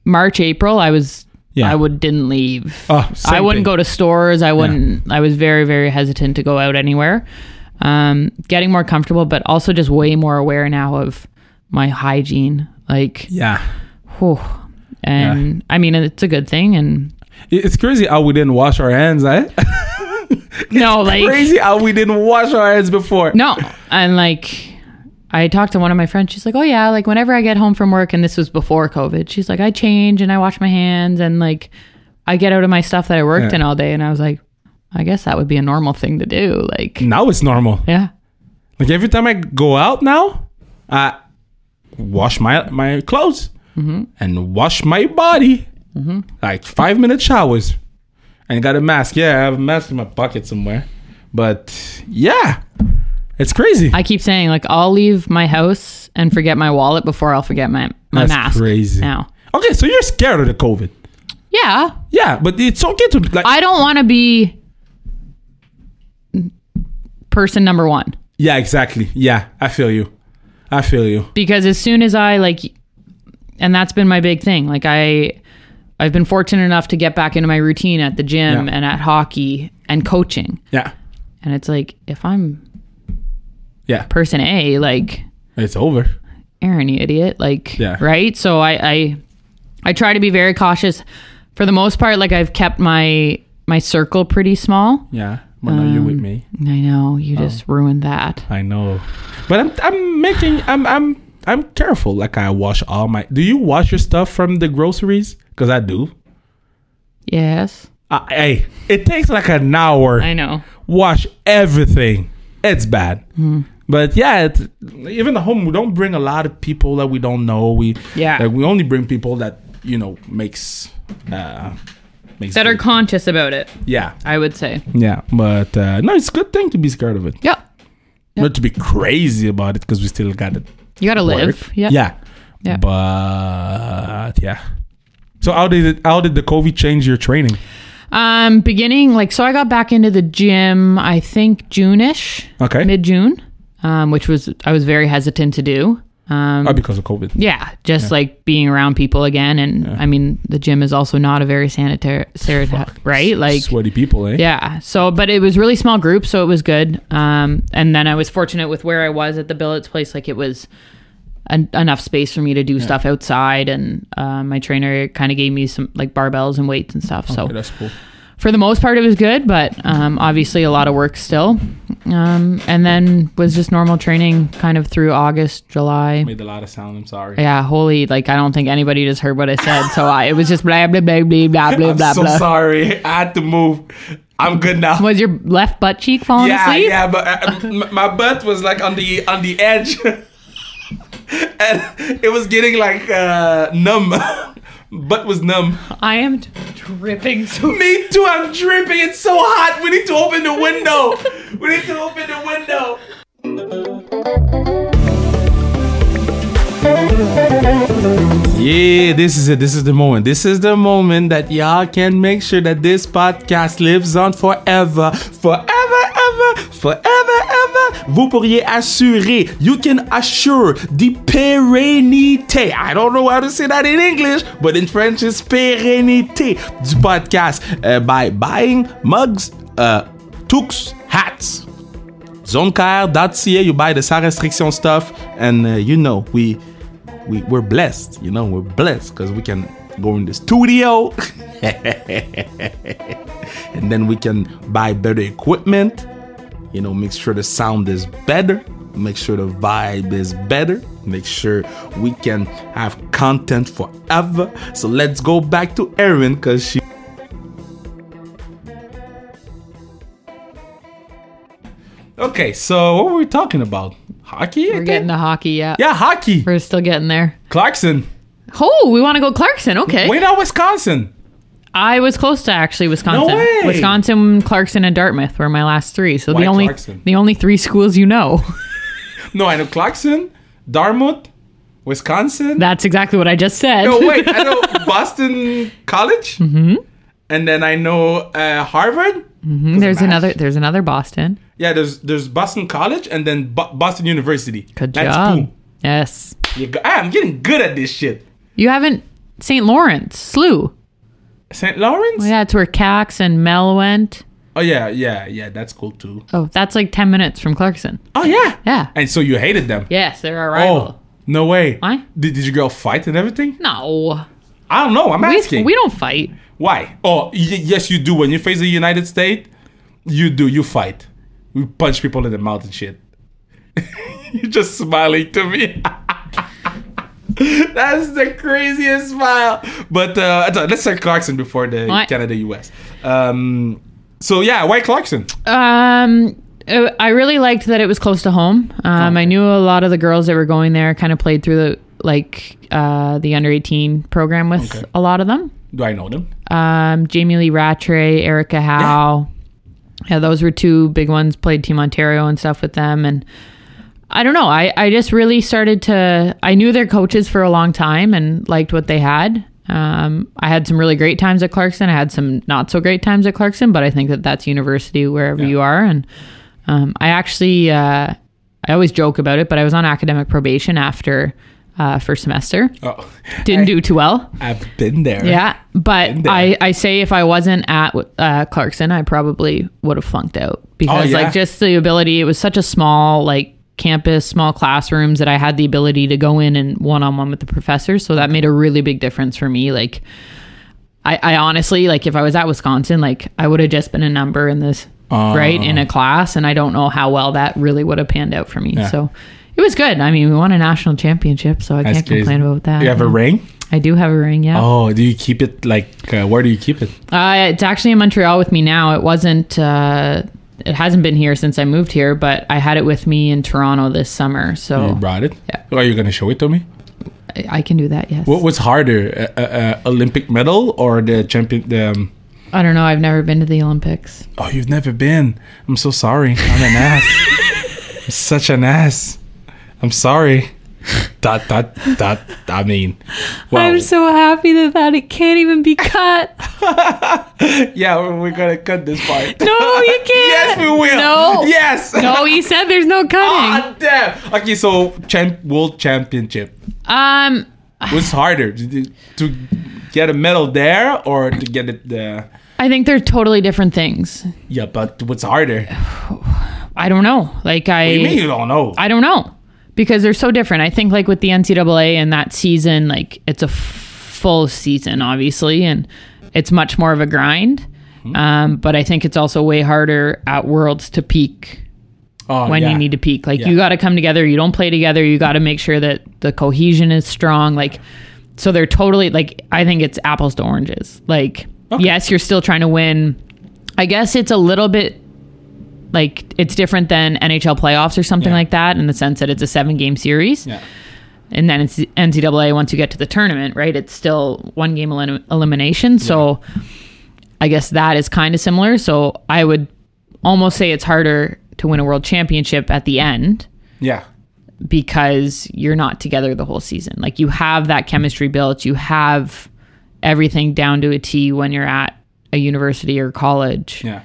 S2: March, April, I was
S1: Yeah.
S2: I would didn't leave.
S1: Oh, same
S2: I wouldn't
S1: thing.
S2: go to stores. I wouldn't I was very very hesitant to go out anywhere. Um getting more comfortable but also just way more aware now of my hygiene. Like,
S1: yeah.
S2: whew. And I mean, it's a good thing and
S1: It- It's crazy how we didn't wash our hands. Eh?
S2: no, like
S1: crazy how we didn't wash our hands before.
S2: No. And like, I talked to one of my friends. She's like, oh, yeah, like whenever I get home from work, and this was before COVID, she's like, I change and I wash my hands and like I get out of my stuff that I worked
S1: Yeah.
S2: in all day. And I was like, I guess that would be a normal thing to do. Like,
S1: Now it's normal.
S2: yeah.
S1: Like every time I go out now, I wash my my clothes
S2: Mm-hmm.
S1: and wash my body. Like five minute showers, and got a mask. Yeah, I have a mask in my pocket somewhere. But yeah, it's crazy.
S2: I keep saying, like, I'll leave my house and forget my wallet before I'll forget my, my
S1: That's
S2: mask.
S1: crazy.
S2: Now.
S1: okay, so you're scared of the COVID.
S2: Yeah.
S1: Yeah, but it's okay to like.
S2: I don't want to be person number one.
S1: yeah, exactly. Yeah, I feel you. I feel you.
S2: because as soon as I like, and that's been my big thing. Like I, I've been fortunate enough to get back into my routine at the gym
S1: Yeah.
S2: and at hockey and coaching.
S1: Yeah,
S2: And it's like if I'm
S1: yeah.
S2: person A, like
S1: It's over.
S2: Aaron, you idiot, like
S1: Yeah.
S2: right. So I, I, I try to be very cautious. For the most part, like I've kept my my circle pretty small.
S1: Yeah. Well, now you're
S2: Um,
S1: with me.
S2: I know
S1: Oh.
S2: you just ruined that.
S1: I know, but I'm I'm making I'm I'm I'm careful. Like I wash all my. Do you wash your stuff from the groceries? Because I do.
S2: Yes,
S1: I, hey, it takes like an hour.
S2: I know. Hmm.
S1: Wash everything. It's bad. But yeah, it, even at home, we don't bring a lot of people that we don't know. We
S2: Yeah.
S1: like, we only bring people that you know makes uh, makes
S2: that are
S1: good-
S2: conscious about it.
S1: yeah
S2: I would say.
S1: yeah. But uh, no, it's a good thing to be scared of it,
S2: Yeah,
S1: not to be crazy about it because we still got it.
S2: you gotta live.
S1: work.
S2: Yeah.
S1: yeah,
S2: Yeah.
S1: But yeah. So how did it, how did the COVID change your training?
S2: Um, beginning like so, I got back into the gym. I think June-ish,
S1: Okay,
S2: mid June, um, which was I was very hesitant to do. Um,
S1: oh, because of COVID.
S2: yeah, just like being around people again, and I mean the gym is also not a very sanitary, right? Like
S1: Sweaty people, eh?
S2: Yeah. So, but it was really small group, so it was good. Um, and then I was fortunate with where I was at the Billets place; like it was en- enough space for me to do stuff outside, and uh, my trainer kind of gave me some like barbells and weights and stuff. So,
S1: Okay, that's cool.
S2: for the most part, it was good, but um, obviously a lot of work still. Um, and then was just normal training kind of through August, July.
S1: Made a lot of sound. I'm sorry.
S2: Yeah, holy! Like I don't think anybody just heard what I said, so I, it was just blah blah blah blah blah blah
S1: I'm
S2: blah.
S1: so
S2: blah.
S1: sorry. I had to move. I'm good now.
S2: Was your left butt cheek falling
S1: yeah,
S2: asleep?
S1: yeah, but uh, m- my butt was like on the on the edge, and it was getting like uh, numb. butt was numb.
S2: I am t- dripping so.
S1: Me too. I'm dripping. It's so hot. We need to open the window. we need to open the window. Yeah, this is it. This is the moment. This is the moment that y'all can make sure that this podcast lives on forever. Forever, ever, forever, ever. Vous pourriez assurer. You can assure the pérennité. I don't know how to say that in English, but in French it's pérennité du podcast uh, by buying mugs, uh, tux, hats. ZoneKR.ca, you buy the sans restriction stuff, and uh, you know, we, we, we're blessed. You know, we're blessed because we can go in the studio and then we can buy better equipment. You know, make sure the sound is better, make sure the vibe is better, make sure we can have content forever. So let's go back to Erin because she. Okay, so what were we talking about? Hockey?
S2: We're getting to hockey, yeah.
S1: yeah, hockey.
S2: We're still getting there.
S1: Clarkson.
S2: Oh, we want to go Clarkson. Okay.
S1: Wait out Wisconsin.
S2: I was close to actually Wisconsin.
S1: No way.
S2: Wisconsin, Clarkson, and Dartmouth were my last three. So
S1: Why
S2: the only
S1: Clarkson?
S2: the only three schools you know.
S1: No, I know Clarkson, Dartmouth, Wisconsin.
S2: That's exactly what I just said.
S1: No, wait. I know Boston College. Mm-hmm. And then I know uh, Harvard.
S2: Mm-hmm. there's
S1: mash.
S2: another there's another Boston.
S1: Yeah, there's there's Boston College and then Bo- Boston University.
S2: Good
S1: That's
S2: job.
S1: cool.
S2: Yes.
S1: You go- I'm getting good at this shit.
S2: You haven't St. Lawrence, SLU.
S1: St. Lawrence?
S2: Yeah, it's where Cax and Mel went.
S1: Oh yeah, yeah, yeah. That's cool too.
S2: Oh, that's like ten minutes from Clarkson.
S1: Oh yeah.
S2: Yeah.
S1: And so you hated them.
S2: Yes, they're our
S1: Oh
S2: rival.
S1: no way.
S2: Why?
S1: Did, did your girl fight and everything?
S2: No.
S1: I don't know. I'm
S2: We,
S1: asking.
S2: we don't fight.
S1: Why? Oh, y- yes, you do. When you face the United States, you do. You fight. You punch people in the mouth and shit. You're just smiling to me. That's the craziest smile. But uh, attends, let's start Clarkson before the
S2: Ouais.
S1: Canada US. Um, so yeah, why Clarkson?
S2: Um, uh, I really liked that it was close to home. Um, I knew a lot of the girls that were going there kind of played through the like uh, the under eighteen program with
S1: Okay.
S2: a lot of them.
S1: Do I know them?
S2: Um, Jamie Lee Rattray, Erica Howe. Yeah. those were two big ones. Played Team Ontario and stuff with them, and I don't know. I I just really started to. I knew their coaches for a long time and liked what they had. Um, I had some really great times at Clarkson. I had some not so great times at Clarkson, but I think that that's university wherever you are. And um, I actually, uh, I always joke about it, but I was on academic probation after uh, first semester.
S1: Oh,
S2: Didn't do too well.
S1: I've been there.
S2: Yeah,
S1: Been
S2: but
S1: there.
S2: I, I say if I wasn't at uh, Clarkson, I probably would have flunked out because
S1: Oh, yeah.
S2: like just the ability. It was such a small like campus, small classrooms that I had the ability to go in and one on one with the professors. So that made a really big difference for me. Like, I, I honestly like if I was at Wisconsin, like I would have just been a number in this right in
S1: Oh.
S2: a class, and I don't know how well that really would have panned out for me. So. It was good. I mean, we won a national championship, so I
S1: That's
S2: can't
S1: crazy.
S2: complain about that.
S1: You have a ring?
S2: I do have a ring, yeah.
S1: Oh, do you keep it like? Uh, where do you keep it?
S2: Uh, it's actually in Montreal with me now. It wasn't uh, it hasn't been here since I moved here, but I had it with me in Toronto this summer. So
S1: You brought it.
S2: Oh. Yeah.
S1: Are you gonna show it to me?
S2: I, I can do that. Yes.
S1: What was harder, uh, uh, Olympic medal or the champion? The um,
S2: I don't know. I've never been to the Olympics.
S1: oh, you've never been. I'm so sorry. I'm an ass. I'm such an ass. I'm sorry. Dot dot dot. I mean, well,
S2: I'm so happy that that it can't even be cut.
S1: yeah, we're, we're gonna cut this part.
S2: No, you can't.
S1: Yes, we will.
S2: No.
S1: Yes.
S2: No, he said there's no cutting.
S1: Ah, damn. Okay, so champ world championship.
S2: Um,
S1: What's harder to, to get a medal there or to get it there?
S2: I think they're totally different things.
S1: Yeah, but what's harder?
S2: I don't know. Like I,
S1: You mean you don't know?
S2: I don't know because they're so different. I think like with the NCAA and that season, like it's a f- full season, obviously, and it's much more of a grind. Um, but I think it's also way harder at Worlds to peak
S1: oh,
S2: when
S1: yeah.
S2: you need to peak. Like
S1: Yeah.
S2: you got to come together. You don't play together. You got to make sure that the cohesion is strong. Like so, they're totally like I think it's apples to oranges. Like yes, you're still trying to win. I guess it's a little bit like it's different than NHL playoffs or something
S1: Yeah.
S2: like that in the sense that it's a seven game series,
S1: Yeah.
S2: and then it's the NCAA once you get to the tournament, right? It's still one game elim- elimination. So I guess that is kind of similar. So I would almost say it's harder to win a world championship at the end
S1: Yeah.
S2: because you're not together the whole season. Like you have that chemistry built, you have everything down to a T when you're at a university or college.
S1: Yeah.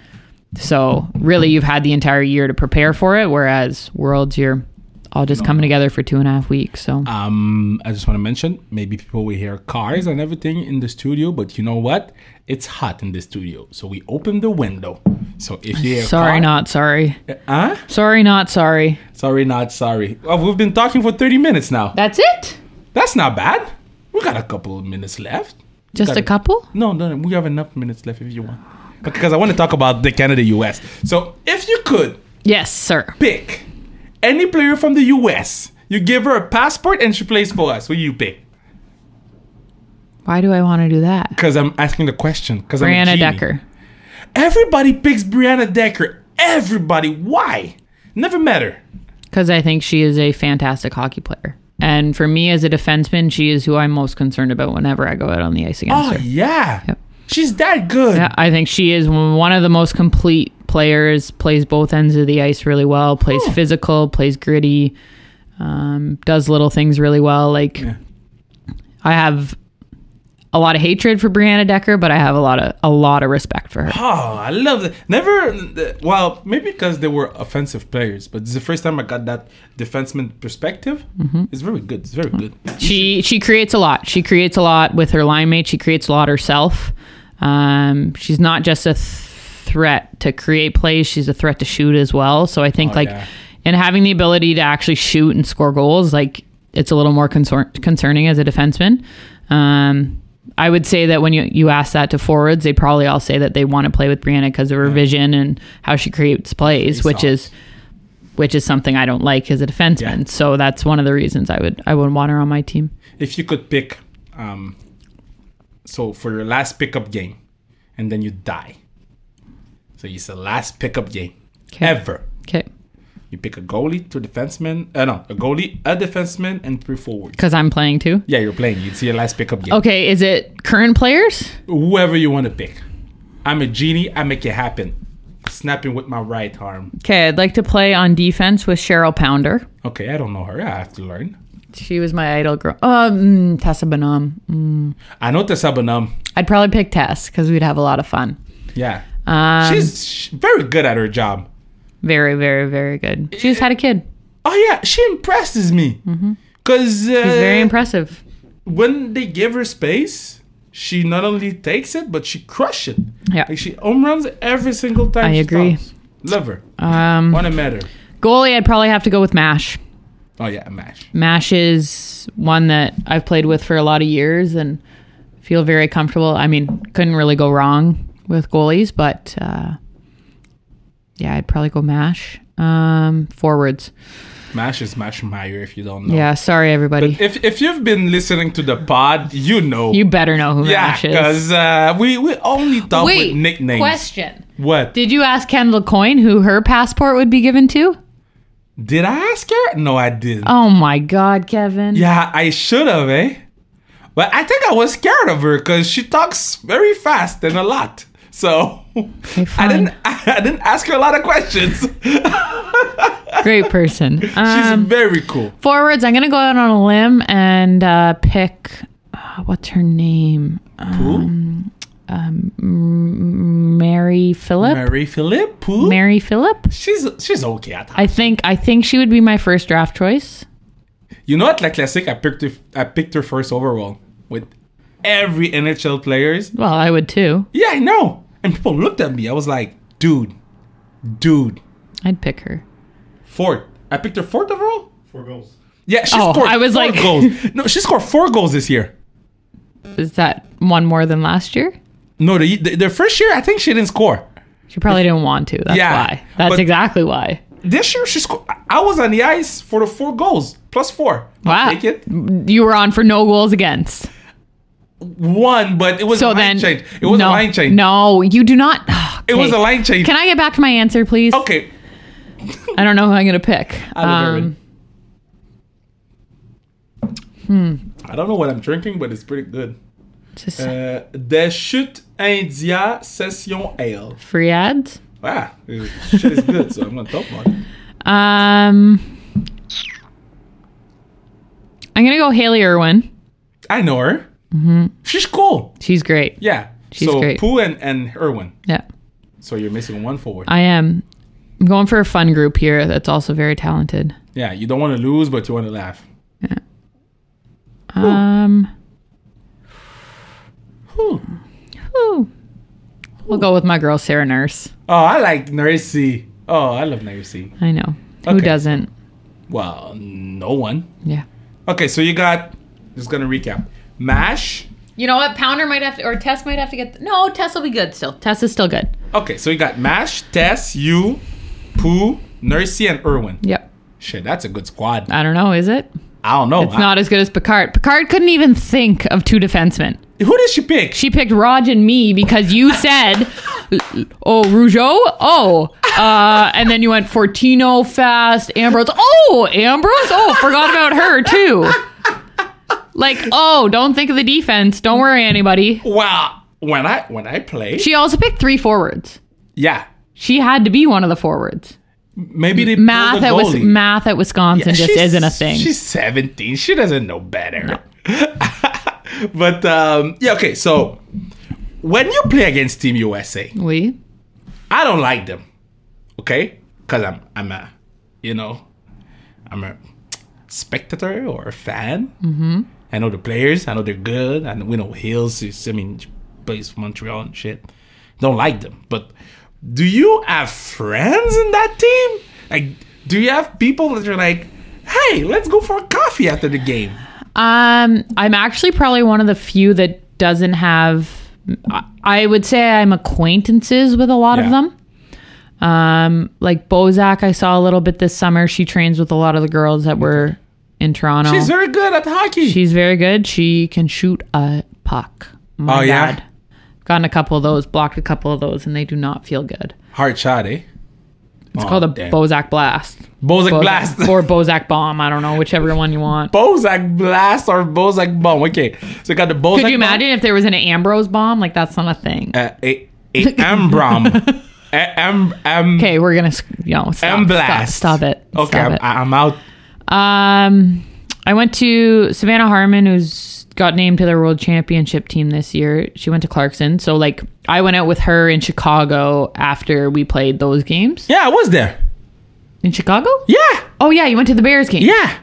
S2: So really, you've had the entire year to prepare for it. Whereas Worlds, you're all just coming together for two and a half weeks. So
S1: Um, I just want to mention maybe people will hear cars and everything in the studio, but you know what? It's hot in the studio, so we open the window. So if you hear
S2: sorry,
S1: car-
S2: not sorry.
S1: huh?
S2: Sorry, not sorry.
S1: Sorry, not sorry. Well, we've been talking for thirty minutes now.
S2: That's it.
S1: That's not bad. We got a couple of minutes left.
S2: Just
S1: Got
S2: a
S1: it.
S2: couple.
S1: No, no, we have enough minutes left if you want. Because I want to talk about the Canada US. So if you could
S2: Yes, sir.
S1: pick any player from the US, you give her a passport and she plays for us. Who you pick?
S2: Why do I want to do that?
S1: Because I'm asking the question. Because I'm a
S2: Brianna
S1: genie.
S2: Decker.
S1: Everybody picks Brianna Decker. Everybody. Why? Never met her.
S2: because I think she is a fantastic hockey player. And for me as a defenseman, she is who I'm most concerned about whenever I go out on the ice against
S1: Oh
S2: her.
S1: yeah. She's that good.
S2: Yeah, I think she is one of the most complete players, plays both ends of the ice really well, plays
S1: Oh.
S2: physical, plays gritty, um, does little things really well. Like, I have a lot of hatred for Brianna Decker, but I have a lot of a lot of respect for her.
S1: Oh, I love that. Never, well, maybe because they were offensive players, but it's the first time I got that defenseman perspective.
S2: Mm-hmm.
S1: It's very good. It's very good.
S2: she she creates a lot. She creates a lot with her line mate. She creates a lot herself. Um, she's not just a th- threat to create plays. She's a threat to shoot as well. So I think
S1: Oh,
S2: like,
S1: yeah.
S2: and having the ability to actually shoot and score goals, like it's a little more concern- concerning as a defenseman. Um, I would say that when you, you ask that to forwards, they probably all say that they want to play with Brianna because of her vision and how she creates plays, which
S1: off.
S2: is which is something I don't like as a defenseman.
S1: Yeah.
S2: So that's one of the reasons I would I would want her on my team.
S1: If you could pick, um, so for your last pickup game, and then you die. So it's the last pickup game
S2: Okay.
S1: ever.
S2: Okay.
S1: You pick a goalie, two defensemen, uh, no, a goalie, a defenseman, and three forwards.
S2: Because I'm playing too.
S1: Yeah, you're playing. It's your last pickup game.
S2: Okay. Is it current players?
S1: Whoever you want to pick. I'm a genie. I make it happen. Snapping with my right arm.
S2: Okay. I'd like to play on defense with Cheryl Pounder.
S1: Okay, I don't know her. I have to learn.
S2: She was my idol girl. Um, Tessa Bonham.
S1: I know Tessa Bonham.
S2: I'd probably pick Tess because we'd have a lot of fun.
S1: Yeah.
S2: Um,
S1: She's sh- very good at her job.
S2: very, very, very good. She just had a kid.
S1: Oh, yeah. She impresses me. Because uh,
S2: Mm-hmm. She's very impressive.
S1: when they give her space, she not only takes it, but she crushes it.
S2: Yeah.
S1: Like she home runs every single time
S2: I
S1: she
S2: agree.
S1: talks. Love her.
S2: Um,
S1: Want to met her.
S2: goalie, I'd probably have to go with Mash.
S1: Oh, yeah. Mash.
S2: Mash is one that I've played with for a lot of years and feel very comfortable. I mean, couldn't really go wrong with goalies, but uh, yeah, I'd probably go Mash. Um, forwards.
S1: Mash is Mash Meyer if you don't know.
S2: Yeah, sorry everybody.
S1: If if you've been listening to the pod, you know.
S2: you better know who
S1: yeah,
S2: Mash is.
S1: because uh, we we only talk with nicknames.
S2: question.
S1: What
S2: Did you ask Kendall Coyne who her passport would be given to?
S1: did I ask her? No, I didn't.
S2: Oh my God, Kevin.
S1: Yeah, I should have, eh? But I think I was scared of her because she talks very fast and a lot. So I
S2: fine.
S1: didn't I, didn't ask her a lot of questions. She's
S2: Great person. Um,
S1: very cool.
S2: forwards, I'm going to go out on a limb and uh, pick. Uh, what's her name? Uh,
S1: Who?
S2: Mary Phillip. Mary,
S1: Mary Philip? Who?
S2: Phillip.
S1: She's she's okay at that.
S2: I think. I think she would be my first draft choice.
S1: You know what, like classic, I picked her I picked her first overall with every NHL players.
S2: Well, I would too.
S1: Yeah, I know. And people looked at me. I was like, dude, dude,
S2: I'd pick her.
S1: fourth. I picked her fourth overall?
S3: Four goals.
S1: Yeah, she
S2: Oh,
S1: scored
S2: I was
S1: four
S2: like-
S1: goals. No, she scored four goals this year.
S2: Is that one more than last year?
S1: No, the, the, the first year I think she didn't score.
S2: She probably didn't want to. That's
S1: Yeah,
S2: why. That's
S1: but-
S2: exactly why.
S1: This year she scored. I was on the ice for the four goals plus four.
S2: Wow.
S1: Take it
S2: You were on for no goals against.
S1: one, but it was a
S2: So
S1: line
S2: then,
S1: change. It was
S2: no,
S1: a line change.
S2: No, you do not.
S1: it was
S2: Okay.
S1: a line change.
S2: Can I get back to my answer, please?
S1: okay,
S2: I don't know who I'm gonna pick.
S1: I
S2: Um,
S1: Hmm. I don't know what I'm drinking, but it's pretty good.
S2: just
S1: Uh, Des Chutes India Session Ale.
S2: free ads.
S1: Wow, this shit is good, so I'm gonna talk about it.
S2: Um, I'm gonna go Haley Irwin.
S1: I know her. She's cool.
S2: She's great.
S1: Yeah.
S2: Mm-hmm. She's
S1: so
S2: great.
S1: Pooh and and Irwin.
S2: Yeah,
S1: So you're missing one forward.
S2: I am. I'm going for a fun group here that's also very talented.
S1: yeah, you don't want to lose, but you want to laugh.
S2: Um,
S1: Whew.
S2: whew. we'll go with my girl Sarah Nurse.
S1: Oh, I like Nercy. Oh, I love Nercy.
S2: I know who
S1: Okay.
S2: doesn't.
S1: Well, no one.
S2: Yeah.
S1: Okay, so you got. Just gonna recap. Mash.
S2: You know what? Pounder might have to, or Tess might have to get. No, Tess will be good still. Tess is still good.
S1: Okay, so you got Mash, Tess, you, Pooh, Nercy, and Irwin.
S2: Yep.
S1: Shit, that's a good squad.
S2: I don't know. Is it?
S1: I don't know.
S2: It's not as good as Picard. Picard couldn't even think of two defensemen.
S1: Who did she pick?
S2: She picked Raj and me because you said, "Oh, Rougeau, oh," uh, and then you went Fortino fast, Ambrose. Oh, Ambrose. Oh, forgot about her too. Like, oh, don't think of the defense. Don't worry, anybody.
S1: Well, when I when I play,
S2: She also picked three forwards.
S1: yeah,
S2: She had to be one of the forwards.
S1: maybe they
S2: Math
S1: pulled the
S2: at was
S1: goalie.
S2: math at Wisconsin just
S1: She's-
S2: isn't a thing.
S1: She's 17. She doesn't know better. but um, yeah, okay. So when you play against Team USA,
S2: We
S1: I don't like them. Okay? Cuz I'm I'm a you know, I'm a spectator or a fan. Mm-hmm. I know the players, I know they're good, and we know Hills is I mean plays for Montreal and shit. Don't like them. But do you have friends in that team? Like do you have people that are like, "Hey, let's go for a coffee after the game."
S2: Um, I'm actually probably one of the few that doesn't have. I- I would say I'm acquaintances with a lot of
S1: Yeah.
S2: them. Um, like Bozak, I saw a little bit this summer. She trains with a lot of the girls that were in Toronto.
S1: She's very good at hockey.
S2: She's very good. She can shoot a puck. My
S1: Oh, yeah?
S2: God. Gotten a couple of those, blocked a couple of those, and they do not feel good.
S1: Hard shot, eh?
S2: It's
S1: Oh,
S2: called a Bozak blast.
S1: Bozak
S2: Bozak-
S1: blast.
S2: or Bozak bomb. I don't know whichever one you want.
S1: Bozak blast or Bozak bomb. Okay, so you got the Bozak.
S2: Could you
S1: bomb,
S2: imagine if there was an Ambrose bomb? Like that's not a thing.
S1: Uh, a a Ambrom. a am am.
S2: Okay, we're gonna s- you know stop,
S1: Am blast.
S2: stop, stop it.
S1: Okay,
S2: stop
S1: I'm,
S2: it.
S1: I'm out.
S2: um, I went to Savannah Harmon, who's got named to their world championship team this year. She went to Clarkson, so like I went out with her in Chicago after we played those games
S1: Yeah, I was there.
S2: in Chicago.
S1: Yeah,
S2: Oh yeah, you went to the Bears game.
S1: yeah,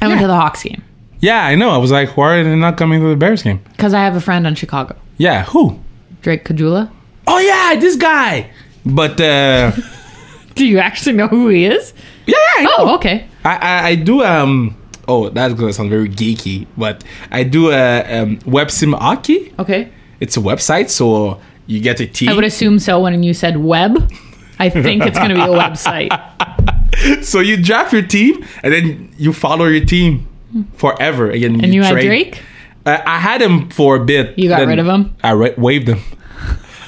S2: I went to the Hawks game
S1: yeah. I know. I was like, why are they not coming to the Bears game?
S2: because I have a friend in Chicago,
S1: Yeah, who?
S2: Drake Kajula.
S1: Oh yeah, this guy. But uh,
S2: Do you actually know who he is?
S1: yeah, yeah, I know.
S2: Oh, okay.
S1: I, I I do um. Oh, that's gonna sound very geeky, but I do uh, um, web sim hockey.
S2: Okay.
S1: It's a website, so you get a team.
S2: I would assume so when you said web. I think it's going to be a website.
S1: so you draft your team and then you follow your team forever. And, then
S2: And you had
S1: trade.
S2: Drake?
S1: I, I had him for a bit.
S2: You got
S1: Then
S2: rid of him?
S1: I ra- waived him.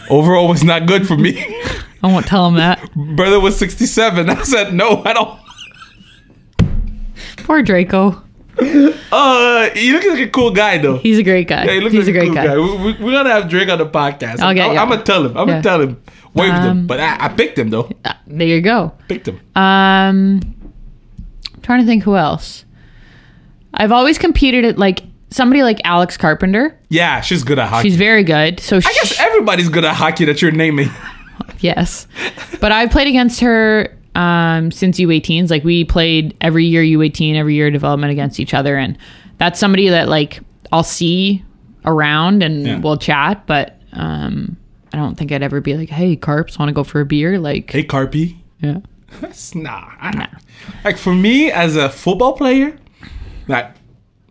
S1: Overall was not good for me.
S2: I won't tell him that.
S1: Brother was 67. I said, no, I don't.
S2: Poor Draco.
S1: Uh, he looks like a cool guy though.
S2: He's a great guy.
S1: Yeah, he looks
S2: He's
S1: like
S2: a great
S1: cool
S2: guy.
S1: We, we, we're gonna have Drake on the podcast.
S2: I'll get
S1: I'm,
S2: you.
S1: I'm gonna tell him. I'm
S2: Yeah.
S1: gonna tell him. Waved him,
S2: Um,
S1: but I, I picked him though.
S2: Ah, There you go.
S1: Picked him.
S2: Um, trying to think who else. I've always competed at like somebody like Alex Carpenter.
S1: Yeah, she's good at hockey.
S2: She's very good. So
S1: I guess everybody's good at hockey that you're naming.
S2: yes. But I've played against her um, since U18s. Like we played every year U18, every year development against each other, and that's somebody that like I'll see around and
S1: Yeah.
S2: we'll chat. But um, I don't think I'd ever be like, "Hey, Carps, want to go for a beer?" Like,
S1: Hey, Carpy.
S2: yeah,
S1: That's nah. I, Like for me as a football player, like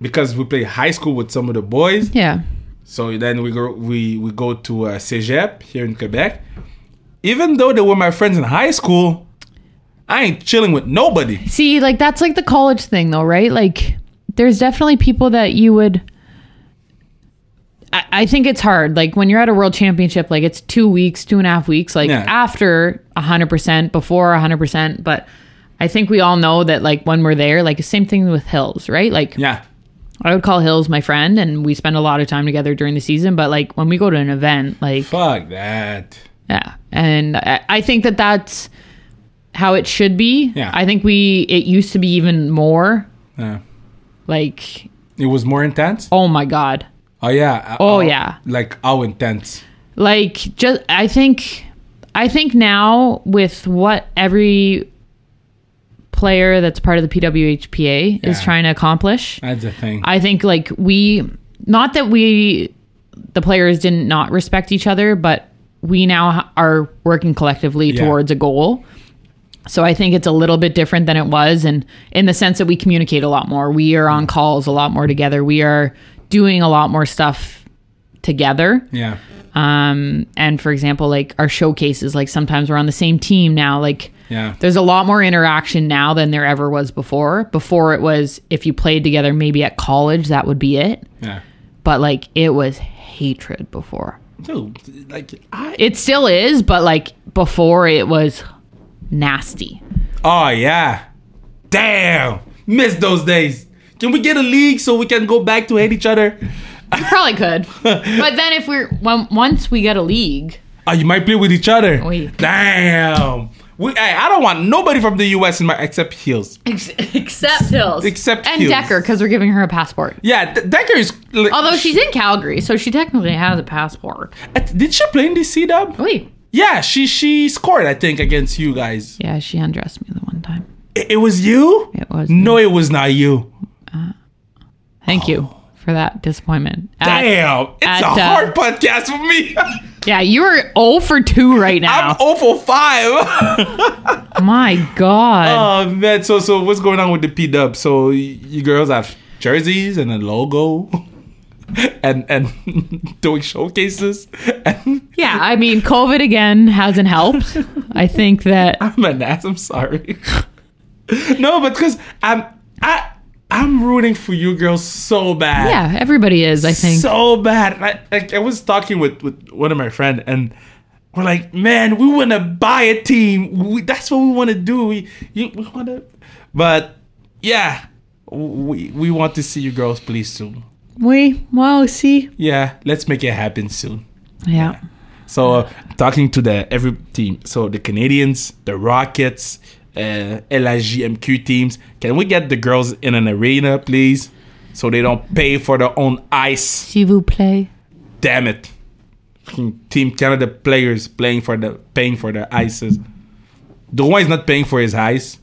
S1: because we play high school with some of the boys,
S2: yeah,
S1: So then we go we we go to uh, Cégep here in Quebec. Even though they were my friends in high school, I ain't chilling with nobody.
S2: See, like that's like the college thing though, right? Like there's definitely people that you would I, I think it's hard. Like when you're at a world championship, like it's two weeks, two and a half weeks, like
S1: Yeah.
S2: after hundred percent, before hundred percent. But I think we all know that like when we're there, like same thing with Hills, right? Like
S1: Yeah,
S2: I would call Hills my friend and we spend a lot of time together during the season, but like when we go to an event, like
S1: fuck that.
S2: yeah. And I, I think that that's how it should be.
S1: Yeah.
S2: I think we, it used to be even more
S1: Yeah.
S2: like,
S1: It was more intense.
S2: oh my God.
S1: Oh yeah.
S2: Oh,
S1: How-
S2: yeah.
S1: Like how intense?
S2: Like, just, I think, I think now with what every player that's part of the PWHPA is
S1: Yeah.
S2: trying to accomplish,
S1: That's the thing.
S2: I think like we, not that we, the players didn't not respect each other, but we now h- are working collectively
S1: Yeah.
S2: towards a goal. So I think it's a little bit different than it was, and in the sense that we communicate a lot more, we are on calls a lot more together, we are doing a lot more stuff together.
S1: yeah.
S2: Um, and for example, like our showcases, like sometimes we're on the same team now, like
S1: Yeah.
S2: there's a lot more interaction now than there ever was before. Before it was if you played together maybe at college, that would be it.
S1: Yeah.
S2: But like it was hatred before.
S1: Dude, like I.
S2: It still is, but like before it was nasty.
S1: Oh yeah. Damn. Miss those days. Can we get a league so we can go back to hate each other?
S2: You probably could. but then if we're when, once we get a league,
S1: Oh, you might play with each other.
S2: Oui.
S1: Damn. We, hey, I don't want nobody from the U.S. in my except Heels.
S2: ex- except Hills,
S1: Except
S2: and
S1: Hills.
S2: Decker because we're giving her a passport.
S1: Yeah, De- Decker is. Like,
S2: Although she's in Calgary, so she technically has a passport.
S1: Uh, did she play in the C Dub?
S2: Wait,
S1: Yeah, she she scored I think against you guys.
S2: yeah, she undressed me the one time.
S1: It, it was you.
S2: It was
S1: No, it was not you.
S2: Thank you for that disappointment. At-
S1: Damn, it's
S2: at,
S1: a
S2: uh,
S1: hard podcast for me.
S2: yeah, you are 0 for 2 right
S1: I'm
S2: now.
S1: oh for five.
S2: My God.
S1: oh man, so so what's going on with the P Dub? So y- you girls have jerseys and a logo, and and doing showcases and.
S2: yeah, I mean, COVID again hasn't helped. I think that
S1: I'm an ass. I'm sorry. no, but because I'm I I'm rooting for you girls so bad.
S2: yeah, everybody is. I think
S1: So bad. I, like I was talking with with one of my friend and. We're like, man, we want to buy a team. We, that's what we want to do. We, you, we want to, but yeah, we we want to see you girls please soon.
S2: we well see.
S1: Yeah, let's make it happen soon.
S2: Yeah,
S1: So uh, talking to the every team, so the Canadians, the Rockets, uh, LIGMQ teams, can we get the girls in an arena, please, so they don't pay for their own ice?
S2: s'il vous plaît.
S1: Damn it! Fucking Team Canada players playing for the paying for their ices. The one is not paying for his ice.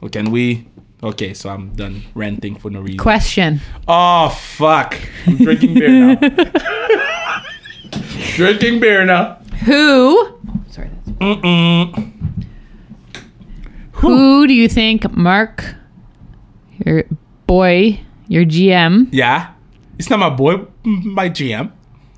S1: So can we? Okay, so I'm done ranting for no reason.
S2: Question.
S1: Oh fuck! I'm drinking beer now. drinking beer now.
S2: Who? Sorry. That's,
S1: Mm-mm.
S2: who do you think Mark, your boy, your GM?
S1: Yeah. It's not my boy, m- my GM.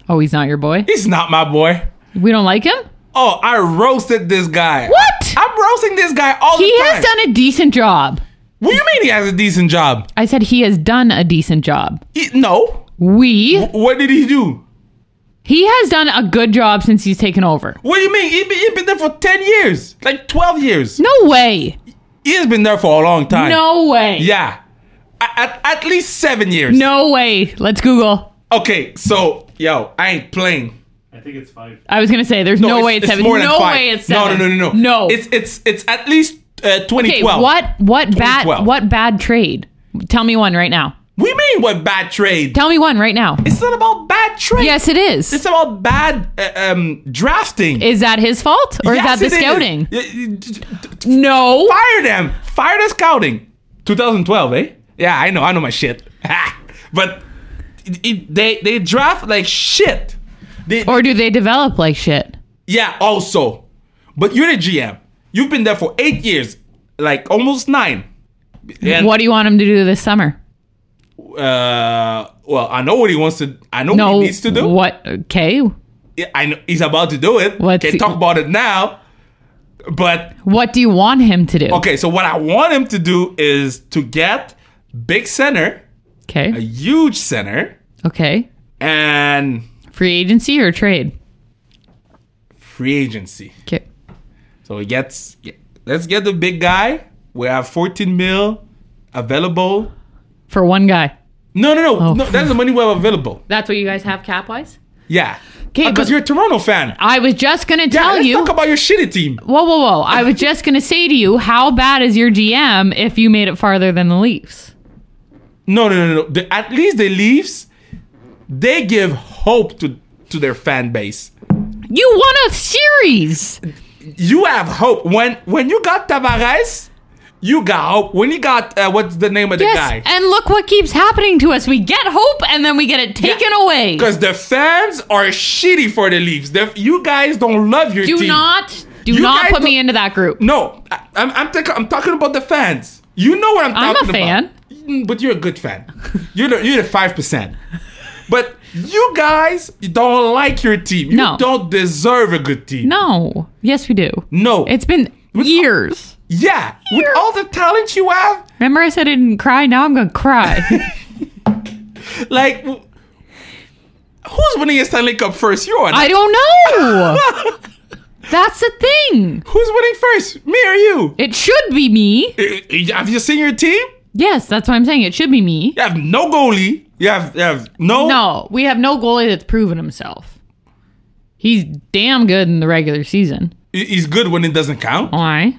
S2: Oh, he's not your boy.
S1: It's not my boy.
S2: We don't like him.
S1: Oh, I roasted this guy.
S2: What?
S1: I'm roasting defend this guy all
S2: He
S1: the time.
S2: has done a decent job.
S1: what do you mean he has a decent job?
S2: I said he has done a decent job.
S1: He- no.
S2: We.
S1: What did he do?
S2: He has done a good job since he's taken over.
S1: What do you mean? He been, he been there for 10 years, like 12 years.
S2: No way.
S1: He's been there for a long time.
S2: No way.
S1: Yeah. A- At, at least seven years.
S2: No way. Let's Google.
S1: Okay, so, yo, I ain't playing.
S4: I think it's five.
S2: I was gonna say there's no, way it's, seven. no
S1: five.
S2: way it's
S1: No,
S2: seven.
S1: No, no, no, no.
S2: No.
S1: It's, it's, it's at least uh, 2012.
S2: okay. What what bad
S1: 2012.
S2: what bad trade? Tell me one right now.
S1: We mean what bad trade?
S2: Tell me one right now.
S1: It's not about bad trade.
S2: Yes, it is.
S1: It's about bad uh, um, drafting.
S2: is that his fault or
S1: Yes,
S2: is that
S1: it
S2: the scouting?
S1: Y- y- d- d-
S2: No.
S1: Fire them. Fire the scouting. 2012, eh? Yeah, I know. I know my shit. but it, it- they they draft like shit. They,
S2: Or do they develop like shit?
S1: yeah, also. But you're the GM. You've been there for eight years, like almost nine. And,
S2: What do you want him to do this summer?
S1: Uh, well, I know what he wants to. I know
S2: No.
S1: what he needs to do.
S2: What? Okay.
S1: I know he's about to do it.
S2: What's
S1: Can't
S2: he-
S1: talk about it now. But
S2: What do you want him to do?
S1: okay, so what I want him to do is to get big center, a
S2: Okay.
S1: huge center,
S2: Okay.
S1: and
S2: Free agency or trade?
S1: free agency.
S2: Okay.
S1: So he gets let's get the big guy. We have 14 mil available.
S2: For one guy.
S1: No, no, no,
S2: Oh.
S1: no. That's the money we have available.
S2: That's what you guys have cap wise?
S1: Yeah,
S2: 'Kay,
S1: because
S2: but-
S1: you're a Toronto fan.
S2: I was just gonna
S1: Yeah,
S2: tell
S1: let's
S2: you
S1: talk about your shitty team.
S2: Whoa, whoa, whoa. I was just gonna say to you, how bad is your GM if you made it farther than the Leafs?
S1: No, no, no, no. The, at least the Leafs, they give hope to to their fan base.
S2: You won a series.
S1: you have hope when when you got Tavares. You got hope when you got uh, what's the name of the
S2: Yes.
S1: guy?
S2: And look what keeps happening to us. We get hope and then we get it taken away.
S1: Because the fans are shitty for the Leafs. The, you guys don't love your
S2: Do
S1: team.
S2: not do
S1: You
S2: not
S1: guys
S2: put me
S1: don't-
S2: into that group.
S1: No, I, I'm I'm, think- I'm talking about the fans. You know what I'm
S2: I'm a
S1: talking
S2: fan.
S1: about. Mm, but you're a good fan. You're the, you're the five percent. But you guys don't like your team. You
S2: No.
S1: don't deserve a good team.
S2: No. Yes, we do.
S1: no.
S2: It's been years.
S1: yeah. With all the talent you have,
S2: Remember I said I didn't cry? Now I'm gonna cry.
S1: Like, w- who's winning a Stanley Cup first? You or not?
S2: I don't know. That's the thing.
S1: Who's winning first? Me or you?
S2: It should be me.
S1: I- I- Have you seen your team?
S2: Yes, that's what I'm saying. It should be me.
S1: You have no goalie. You have, you have no.
S2: No, we have no goalie that's proven himself. He's damn good in the regular season.
S1: He- He's good when it doesn't count.
S2: Why?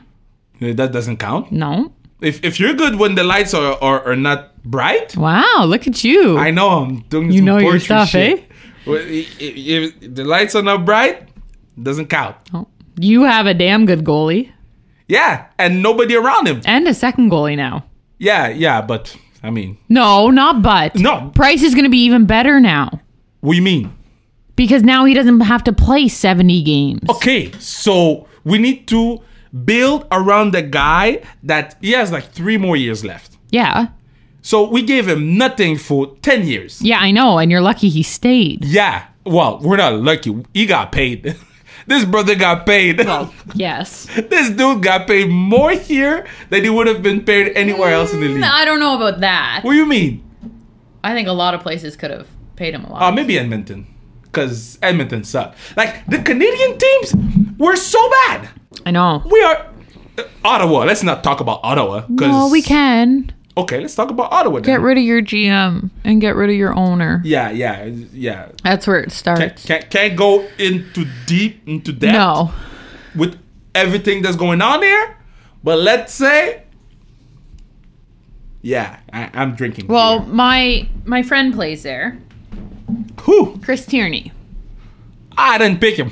S1: Uh, That doesn't count.
S2: No.
S1: If, if you're good when the lights are, are, are not bright,
S2: Wow, look at you.
S1: I know I'm doing
S2: you
S1: some
S2: know your
S1: poetry
S2: stuff,
S1: shit.
S2: eh?
S1: Well, i- i- If the lights are not bright, doesn't count.
S2: Oh. You have a damn good goalie
S1: Yeah, and nobody around him.
S2: and a second goalie now.
S1: Yeah, yeah, but I mean,
S2: No, not but.
S1: No.
S2: Price is going to be even better now
S1: what do you mean?
S2: because now he doesn't have to play 70 games.
S1: Okay, so we need to build around the guy that he has like three more years left.
S2: Yeah.
S1: So we gave him nothing for 10 years.
S2: Yeah, I know. And you're lucky he stayed.
S1: Yeah, well, we're not lucky. He got paid. this brother got paid.
S2: Yes.
S1: this dude got paid more here than he would have been paid anywhere else in the league.
S2: Mm, I don't know about that.
S1: What do you mean?
S2: I think a lot of places could have paid him a lot.
S1: Uh, maybe Edmonton. Because Edmonton sucked. Like, the Canadian teams were so bad.
S2: I know.
S1: We are. uh, Ottawa. Let's not talk about Ottawa. 'cause-
S2: No, Oh, we can.
S1: Okay, let's talk about Ottawa. Then.
S2: Get rid of your GM and get rid of your owner.
S1: Yeah, yeah, yeah.
S2: That's where it starts.
S1: Can't can't go into deep into depth
S2: No.
S1: with everything that's going on here. But let's say, yeah, I, I'm drinking.
S2: Well,
S1: beer.
S2: my my friend plays there,
S1: who?
S2: Chris Tierney.
S1: I didn't pick him,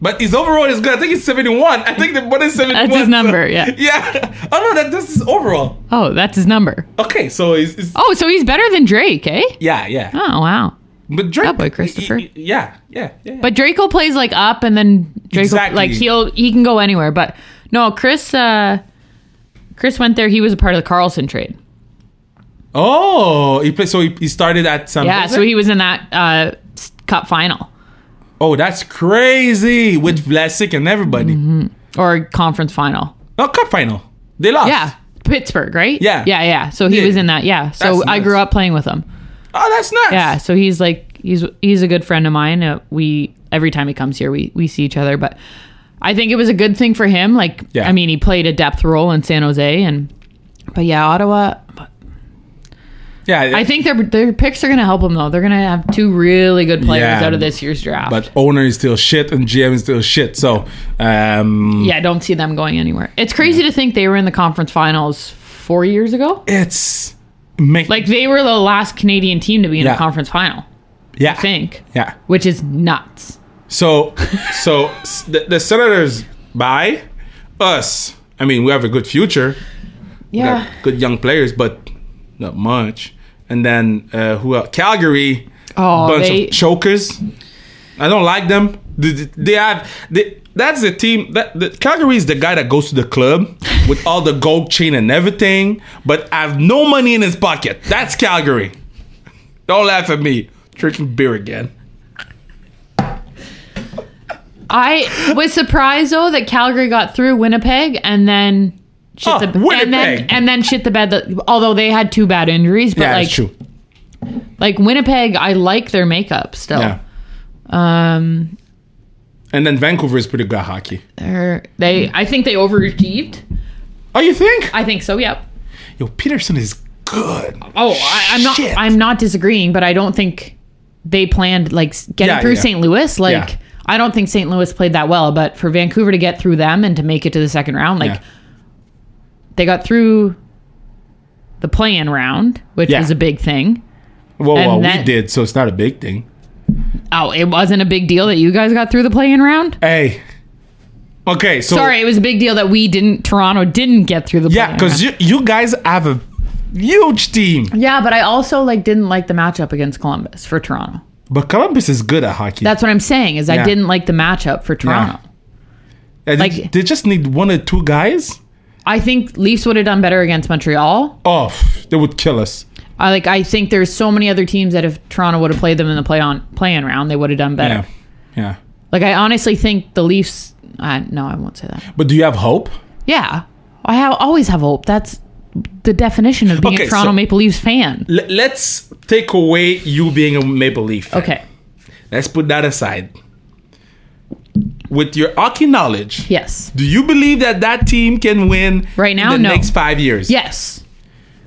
S1: but his overall is good. I think he's 71. I think the what is 71?
S2: That's his number, yeah.
S1: Yeah. Oh no, that this is overall.
S2: Oh, that's his number.
S1: Okay, so it's, it's
S2: Oh, so he's better than Drake, eh?
S1: yeah, yeah.
S2: Oh wow.
S1: But drink.
S2: That boy, Christopher.
S1: Yeah, yeah, yeah.
S2: But Draco plays like up, and then Draco
S1: Exactly.
S2: like he'll he can go anywhere. But no, Chris. uh Chris went there. He was a part of the Carlson trade.
S1: oh, he played. So he, he started at some.
S2: Yeah, so he was in that uh s- cup final
S1: Oh, that's crazy with Vlasic and everybody.
S2: Mm-hmm. or conference final.
S1: Oh, Oh, cup final.
S5: They lost.
S2: Yeah. Pittsburgh, right?
S1: Yeah.
S2: Yeah, yeah. So he
S1: Yeah.
S2: was in that. Yeah. So
S1: That's
S2: I grew
S1: nuts.
S2: up playing with him.
S1: Oh, that's nuts.
S2: Yeah. So he's like he's he's a good friend of mine. Uh, we every time he comes here, we we see each other. But I think it was a good thing for him. Like,
S1: Yeah.
S2: I mean, he played a depth role in San Jose, and but yeah, Ottawa.
S1: Yeah.
S2: I think their their picks are going to help him though. They're going to have two really good players
S1: Yeah.
S2: out of this year's draft.
S1: but um, owner is still shit and GM is still shit. So, um,
S2: yeah, I don't see them going anywhere. It's crazy to think they were in the conference finals four years ago.
S1: it's make
S2: Like they were the last Canadian team to be in
S1: Yeah.
S2: a conference final.
S1: yeah,
S2: I think.
S1: yeah.
S2: Which is nuts.
S1: So, so s- the, the Senators buy us. I mean, we have a good future.
S2: Yeah.
S1: Got good young players, but not much. And then uh, who else? Calgary,
S2: Oh,
S1: bunch
S2: they-
S1: of chokers. I don't like them. They, they have they, that's the team that the, Calgary is the guy that goes to the club with all the gold chain and everything, but have no money in his pocket. That's Calgary. Don't laugh at me. Drinking beer again.
S2: I was surprised though that Calgary got through Winnipeg and then shit
S1: Oh,
S2: the and then
S1: Winnipeg.
S2: and then shit the bed. That, although they had two bad injuries, but
S1: Yeah,
S2: like
S1: it's true.
S2: like Winnipeg, I like their makeup still.
S1: Yeah.
S2: Um,
S1: And then Vancouver is pretty good at hockey.
S2: they're, they I think they overachieved.
S1: Oh, you think?
S2: I think so. Yep.
S1: Yo, Peterson is good.
S2: Oh, I, I'm not
S1: Shit.
S2: I'm not disagreeing, but I don't think they planned like s- getting
S1: Yeah,
S2: through
S1: yeah.
S2: St. Louis. Like
S1: Yeah.
S2: I don't think St. Louis played that well, but for Vancouver to get through them and to make it to the second round, like
S1: Yeah.
S2: they got through the play-in round, which
S1: Yeah.
S2: was a big thing.
S1: Well, well, we
S2: that-
S1: did, so it's not a big thing.
S2: Oh, it wasn't a big deal that you guys got through the play-in round.
S1: Hey. Okay, so
S2: Sorry, it was a big deal that we didn't. Toronto didn't get through the
S1: Oh. yeah,
S2: play-in
S1: because
S2: round.
S1: you you guys have a huge team,
S2: yeah, but I also like didn't like the matchup against Columbus for Toronto.
S1: but Columbus is good at hockey.
S2: That's what I'm saying is I
S1: Yeah.
S2: didn't like the matchup for Toronto.
S1: And they-
S2: like-
S1: they just need one or two guys.
S2: I think Leafs would have done better against Montreal.
S1: Oh, pff, they would kill us.
S2: I like. I think there's so many other teams that if Toronto would have played them in the play on play-in round, they would have done better.
S1: Yeah, yeah.
S2: Like I honestly think the Leafs. I, no, I won't say that.
S1: But do you have hope?
S2: Yeah, I ha- always have hope. That's the definition of being
S1: Okay,
S2: a Toronto
S1: so-
S2: Maple Leafs fan.
S1: L- let's take away you being a Maple Leaf. fan.
S2: Okay.
S1: Let's put that aside. With your hockey knowledge,
S2: Yes.
S1: Do you believe that that team can win
S2: Right now?
S1: In the
S2: No.
S1: next five years,
S2: Yes.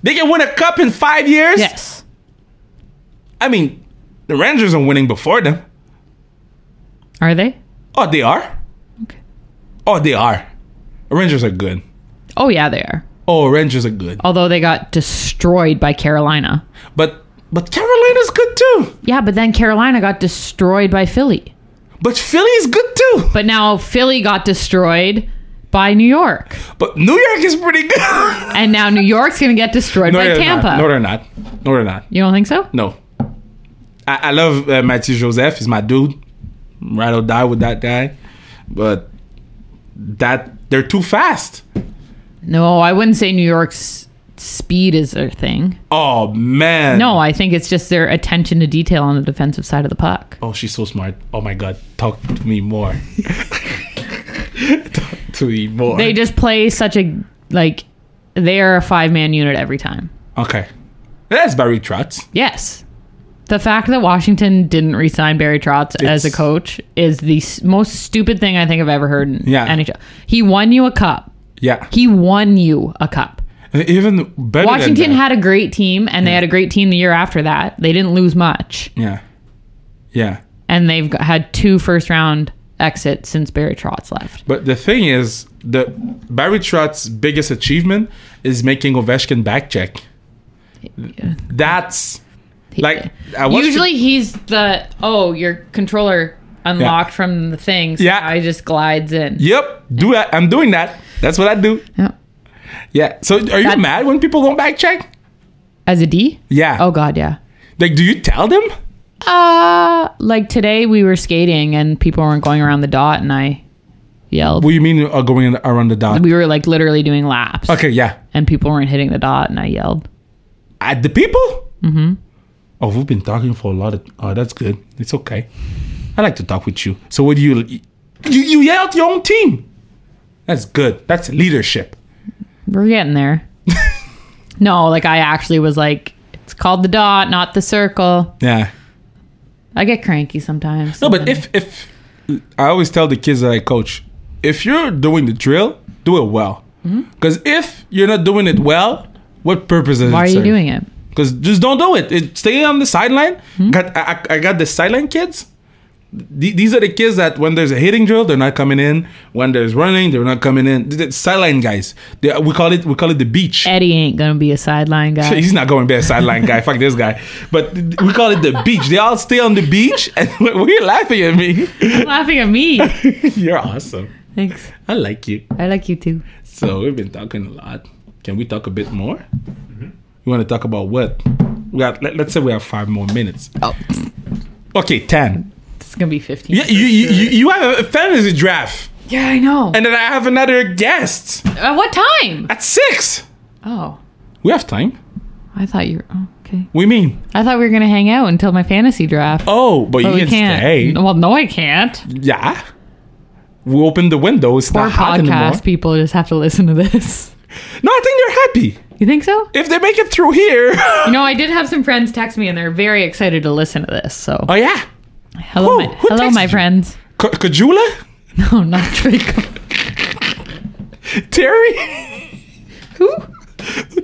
S1: they can win a cup in five years.
S2: Yes.
S1: I mean, the Rangers are winning before them.
S2: Are they?
S1: Oh, they are.
S2: Okay.
S1: Oh, they are. Rangers are good.
S2: Oh yeah, they are.
S1: Oh, Rangers are good.
S2: Although they got destroyed by Carolina.
S1: But but Carolina's good too.
S2: Yeah, but then Carolina got destroyed by Philly.
S1: But Philly's good too.
S2: But now Philly got destroyed by New York.
S1: But New York is pretty good.
S2: And now New York's going to get destroyed by
S1: they're
S2: Tampa.
S1: Not. No, they're not. No, they're not.
S2: you don't think so?
S1: No. I, I love uh, Mathieu Joseph. He's my dude. Right or die with that guy. But that they're too fast.
S2: No, I wouldn't say New York's speed is their thing.
S1: Oh man.
S2: No, I think it's just their attention to detail on the defensive side of the puck.
S1: Oh, she's so smart. Oh my god, talk to me more. talk to me more.
S2: They just play such a like they are a five man unit every time.
S1: okay. That's Barry Trotz.
S2: Yes. The fact that Washington didn't re-sign Barry Trotz as a
S1: It's-
S2: coach is the s- most stupid thing I think I've ever heard in
S1: Yeah.
S2: NHL. He won you a cup.
S1: Yeah.
S2: He won you a cup.
S1: Even better.
S2: Washington
S1: than that.
S2: had a great team, and they had a great team the year after that. They didn't lose much,
S1: Yeah. Yeah.
S2: and they've got, had two first round exits since Barry Trotz left.
S1: But the thing is, the Barry Trotz's biggest achievement is making Ovechkin back check. That's like I watched
S2: Usually, he's the oh, your controller unlocked from the thing. So
S1: Yeah.
S2: I just glides in.
S1: it. Yep, do that. I'm doing that. That's what I do.
S2: Yeah.
S1: Yeah. So are you
S2: That-
S1: mad when people don't back check?
S2: As a D?
S1: Yeah.
S2: Oh God, yeah.
S1: Like, do you tell them?
S2: Uh like today we were skating and people weren't going around the dot, and I yelled.
S1: What do you mean uh, going around the dot?
S2: we were like literally doing laps,
S1: Okay, yeah.
S2: and people weren't hitting the dot, and I yelled.
S1: At the people? Mm-hmm. Oh, we've been talking for a lot of. Oh, that's good. It's okay. I like to talk with you. So, what do you? You you yell at your own team. That's good. That's leadership.
S2: We're getting there. no, like I actually was like, it's called the dot, not the circle.
S1: Yeah.
S2: I get cranky sometimes.
S1: No, but if if I always tell the kids that I coach, if you're doing the drill, do it well.
S2: Mm-hmm.
S1: Because if you're not doing it well, what purpose is it?
S2: why are you doing it?
S1: Because just don't do it. it stay on the sideline. Got I, I- I got the sideline kids. Th- these are the kids that when there's a hitting drill, they're not coming in. When there's running, they're not coming in. Th- th- Sideline guys. They, we call it we call it the beach.
S2: Eddie ain't gonna be a sideline guy.
S1: He's not going to be a sideline guy. Fuck this guy. But th- we call it the beach. They all stay on the beach, and we're laughing at me.
S2: laughing at me.
S1: You're awesome.
S2: Thanks.
S1: I like you.
S2: I like you too.
S1: So we've been talking a lot. Can we talk a bit more? You want to talk about what? We got. Let, us say we have five more minutes.
S2: Oh,
S1: Okay, ten.
S2: it's gonna be fifteen.
S1: Yeah, you you, you you have a fantasy draft,
S2: Yeah, I know.
S1: and then I have another guest
S2: At what time?
S1: at six.
S2: Oh,
S1: We have time.
S2: I thought you were oh, okay.
S1: We mean.
S2: I thought we were gonna hang out until my fantasy draft.
S1: Oh, but,
S2: but
S1: you
S2: we
S1: can
S2: can't.
S1: stay.
S2: Well, no, I can't.
S1: Yeah. We open the window. It's
S2: Poor
S1: not hot anymore.
S2: podcast people just have to listen to this.
S1: No, I think they're happy.
S2: You think so?
S1: If they make it through here. Oh,
S2: You know, I did have some friends text me, and they're very excited to listen to this. So,
S1: oh yeah.
S2: hello,
S1: who-
S2: my,
S1: who
S2: hello,
S1: texted
S2: my
S1: you?
S2: friends.
S1: K- Kajula,
S2: No, not Draco.
S1: Terry.
S2: Who?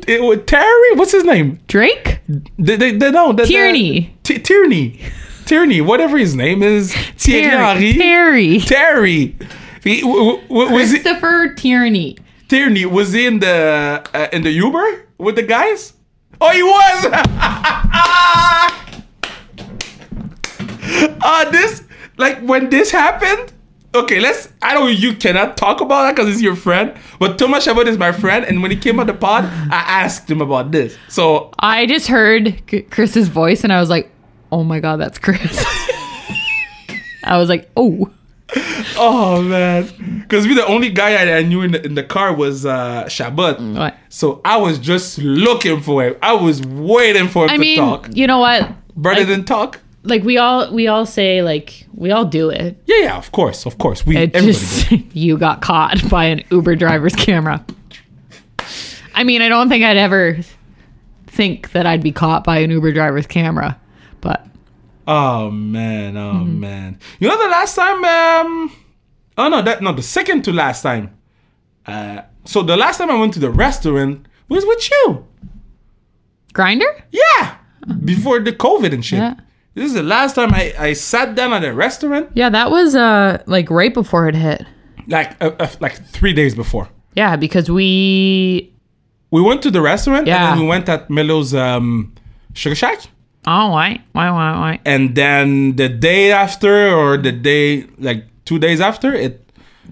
S1: It was Terry. What's his name?
S2: Drake?
S1: They, they, they no. The, the-
S2: Tierney.
S1: T- Tierney. Tierney. Whatever his name is. Thierry Henry.
S2: Terry.
S1: Terry. He- w- w- was it
S2: Christopher Tierney.
S1: Tierney? Was he in the uh, in the Uber with the guys? Oh, he was. Ah, this like when this happened. Okay, let's. I know you cannot talk about that because it's your friend, but Thomas Chabot is my friend, and when he came on the pod, I asked him about this. So
S2: I just heard C- Chris's voice, and I was like, oh my God, that's Chris. I was like, oh.
S1: Oh man, because we the only guy I, I knew in the, in the car was uh Shabbat,
S2: What?
S1: so I was just looking for him. I was waiting for him
S2: I
S1: to
S2: mean,
S1: talk,
S2: you know what?
S1: rather
S2: like-
S1: than talk.
S2: Like we all we all say like we all do it.
S1: Yeah, yeah, of course, of course. We
S2: It
S1: everybody. does.
S2: just you got caught by an Uber driver's camera. I mean, I don't think I'd ever think that I'd be caught by an Uber driver's camera, but
S1: Oh man, oh
S2: Mm-hmm.
S1: man. You know the last time? Um, oh no, that no, the second to last time. Uh, so the last time I went to the restaurant was with you.
S2: grinder.
S1: Yeah, before the COVID and shit.
S2: Yeah.
S1: This is the last time I, I sat down at a restaurant
S2: Yeah, that was uh like right before it hit.
S1: like uh, uh, like three days before.
S2: Yeah, because we
S1: We went to the restaurant
S2: Yeah.
S1: and then we went at Melo's um, Sugar Shack.
S2: oh why why why why
S1: And then the day after, or the day, like two days after, it.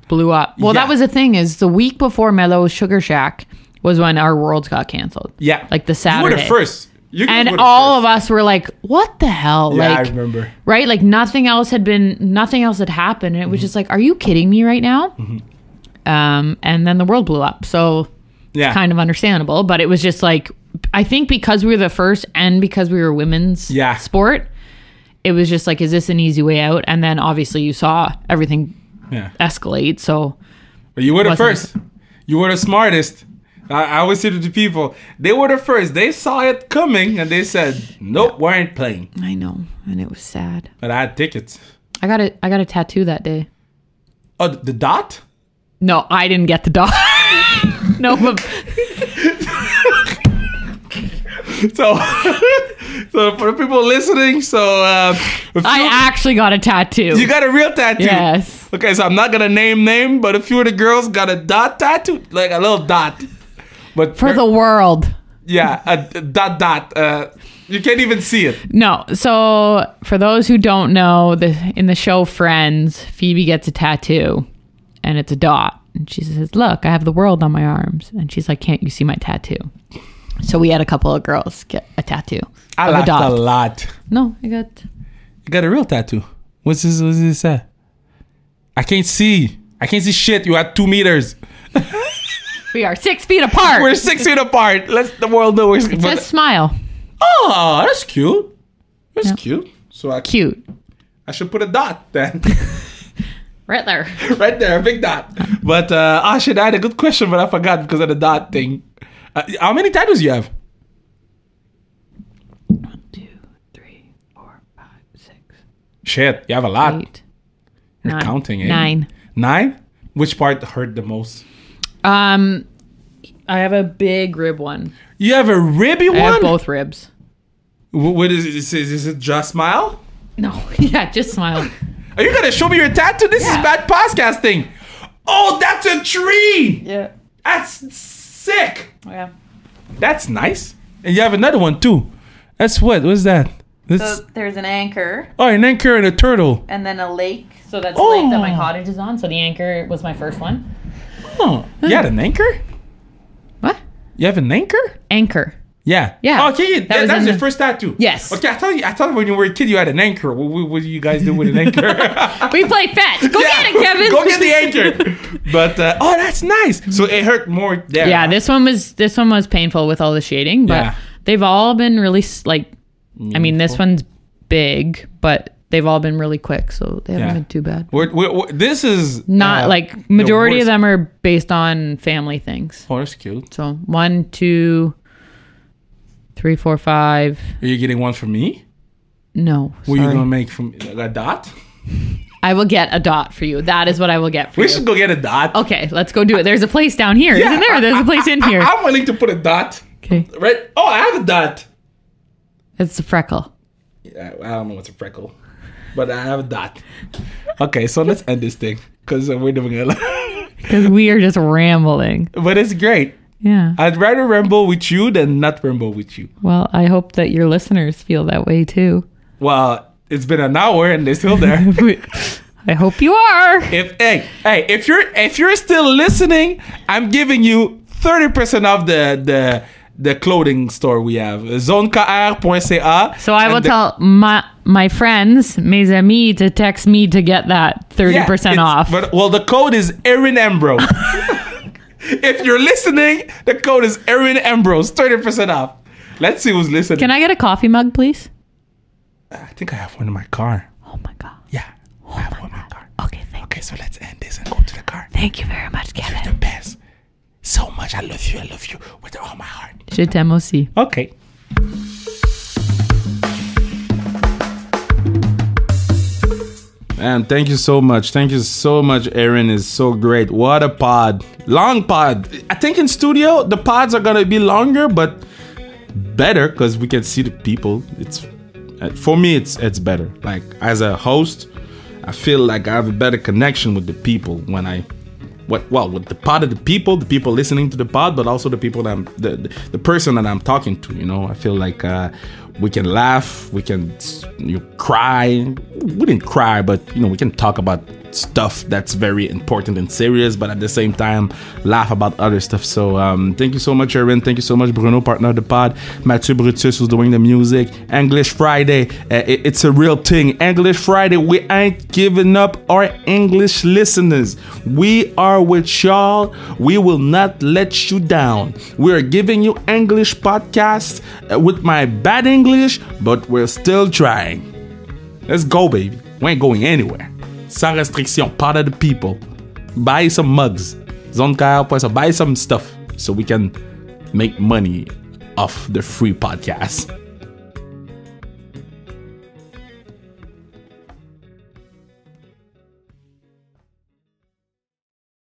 S2: blew up. Well,
S1: Yeah.
S2: that was the thing is the week before Mello's Sugar Shack was when our worlds got canceled.
S1: Yeah.
S2: Like the
S1: You were
S2: Saturday.
S1: the first. You
S2: and all of us were like, "What the hell?"
S1: Yeah,
S2: like,
S1: I remember.
S2: right? Like nothing else had been, nothing else had happened, and it
S1: Mm-hmm.
S2: was just like, "Are you kidding me right now?" Um, and then the world blew up, so
S1: Yeah.
S2: kind of understandable. But it was just like, I think because we were the first, and because we were women's
S1: Yeah.
S2: sport, it was just like, "Is this an easy way out?" And then obviously you saw everything
S1: yeah.
S2: escalate, so
S1: But you were the
S2: Wasn't-
S1: first. You were the smartest. I, I always say to the people, they were the first. They saw it coming and they said, nope, we ain't playing.
S2: I know, and it was sad.
S1: But I had tickets.
S2: I got a, I got a tattoo that day.
S1: Oh, the, the dot?
S2: No, I didn't get the dog. no, but
S1: So, so for the people listening, so uh, if
S2: I
S1: you-
S2: actually got a tattoo.
S1: You got a real tattoo.
S2: Yes.
S1: Okay, so I'm not gonna name name, but a few of the girls got a dot tattoo, like a little dot. But
S2: for the world.
S1: yeah, a, a dot dot. Uh, you can't even see it.
S2: No. So, for those who don't know, the in the show Friends, Phoebe gets a tattoo and it's a dot. And she says, "Look, I have the world on my arms." And she's like, "Can't you see my tattoo?" So, we had a couple of girls get a tattoo.
S1: I
S2: of
S1: laughed
S2: dot.
S1: a lot.
S2: No, I got
S1: You got a real tattoo. What's this? What's this? Uh? I can't see. I can't see shit. You had two meters.
S2: We are 6 feet apart.
S1: We're six feet apart. Let the world know. We're
S2: Just smile.
S1: oh, that's cute. That's cute. So I,
S2: Cute.
S1: I should put a dot then.
S2: Right there.
S6: right there, big dot. But uh, oh shit, I had a good question, but I forgot because of the dot thing. Uh, how many tattoos you have?
S2: One, two, three, four, five, six,
S6: Shit, you have a lot.
S2: eight. You're
S6: counting, eh?
S2: Nine.
S6: Nine. Which part hurt the most?
S2: Um, I have a big rib one.
S6: You have a ribby
S2: I have
S6: one.
S2: both ribs.
S6: Wh- What is, is, is, is it? Just smile.
S2: No, yeah, just smile.
S6: Are you gonna show me your tattoo? This
S2: Yeah.
S6: is bad podcasting. Oh, that's a tree.
S2: yeah,
S6: That's sick.
S2: yeah.
S6: That's nice. And you have another one too. That's what? What's that? That's,
S2: Uh,
S4: So there's an anchor
S6: oh, an anchor and a turtle.
S4: and then a lake.
S2: So that's the lake that my
S6: Oh.
S2: cottage is on. So the anchor was my first one.
S6: Oh, you had an anchor?
S2: What
S6: You have an anchor?
S2: anchor?
S6: Yeah.
S2: Yeah.
S6: Oh, okay. Yeah,
S2: That
S6: that
S2: was
S6: that's
S2: in
S6: your
S2: the-
S6: first tattoo.
S2: Yes.
S6: Okay. I thought you, I thought when you were a kid you had an anchor. What, what, what do you guys do with an anchor?
S2: We play fetch. Go
S6: Yeah.
S2: get it, Kevin.
S6: Go get the anchor. But uh, oh, that's nice. So it hurt more there.
S2: yeah, this one was this one was painful with all the shading, but
S6: Yeah.
S2: they've all been really s- like. I mean, this one's big, but they've all been really quick, so they haven't
S6: Yeah.
S2: been too bad.
S6: We're, we're, we're- this is
S2: Not
S6: uh,
S2: like majority
S6: worst.
S2: of them are based on family things.
S6: Oh, that's cute.
S2: So one, two, three, four, five.
S6: Are you getting one for me?
S2: No,
S6: What are you
S2: sorry.
S6: gonna make from a dot?
S2: I will get a dot for you. That is what I will get for
S6: We
S2: you.
S6: should go get a dot.
S2: Okay, let's go do it. There's a place down here,
S6: Yeah,
S2: not there? There's a place in here.
S6: I, am willing to put a dot.
S2: Okay,
S6: Right? Oh, I have a dot.
S2: it's a freckle.
S6: I, I don't know what's a freckle, but I have a dot. Okay, so let's end this thing because we're doing a lot.
S2: Because we are just rambling.
S6: but it's great.
S2: Yeah.
S6: I'd rather ramble with you than not ramble with you.
S2: Well, I hope that your listeners feel that way too.
S6: Well, it's been an hour and they're still there.
S2: I hope you are.
S6: if hey hey if you're if you're still listening, I'm giving you thirty percent off the the the clothing store we have zonekr.ca.
S2: So I
S6: And
S2: will
S6: the-
S2: tell my my friends, mes amis, to text me to get that thirty
S6: Yeah,
S2: percent
S6: it's-
S2: off.
S6: But well, the code is Erin Ambrose. if you're listening, the code is Erin Ambrose, thirty percent off. Let's see who's listening.
S2: Can I get a coffee mug, please?
S6: I think I have one in my car.
S2: Oh my god.
S6: Yeah, I have one in my car.
S2: Okay, thank
S6: Okay, so let's end this and go to the car.
S2: thank you very much, Kevin.
S6: best. So much. I love you. I love you with all my heart.
S2: Je t'aime aussi.
S6: Okay.
S1: Man, thank you so much. Thank you so much. Aaron is so great. What a pod. Long pod. I think in studio, the pods are going to be longer, but better because we can see the people. It's uh, For me, it's, it's better. Like, as a host, I feel like I have a better connection with the people when I. What, well, with the pod of the people, the people listening to the pod, but also the people that I'm, the, the person that I'm talking to, you know, I feel like uh, we can laugh, we can you know, cry. We didn't cry, but you know, we can talk about stuff that's very important and serious, but at the same time, laugh about other stuff. So, um, thank you so much, Erin. Thank you so much, Bruno, partner of the pod. Mathieu Brutus, who's doing the music. English Friday, uh, it- it's a real thing. English Friday, we ain't giving up our English listeners. We are with y'all. We will not let you down. We are giving you English podcasts uh, with my bad English, but we're still trying. Let's go, baby. We ain't going anywhere. Sans restriction. Part of the people. Buy some mugs. Zonkail.ca. Buy some stuff so we can make money off the free podcast.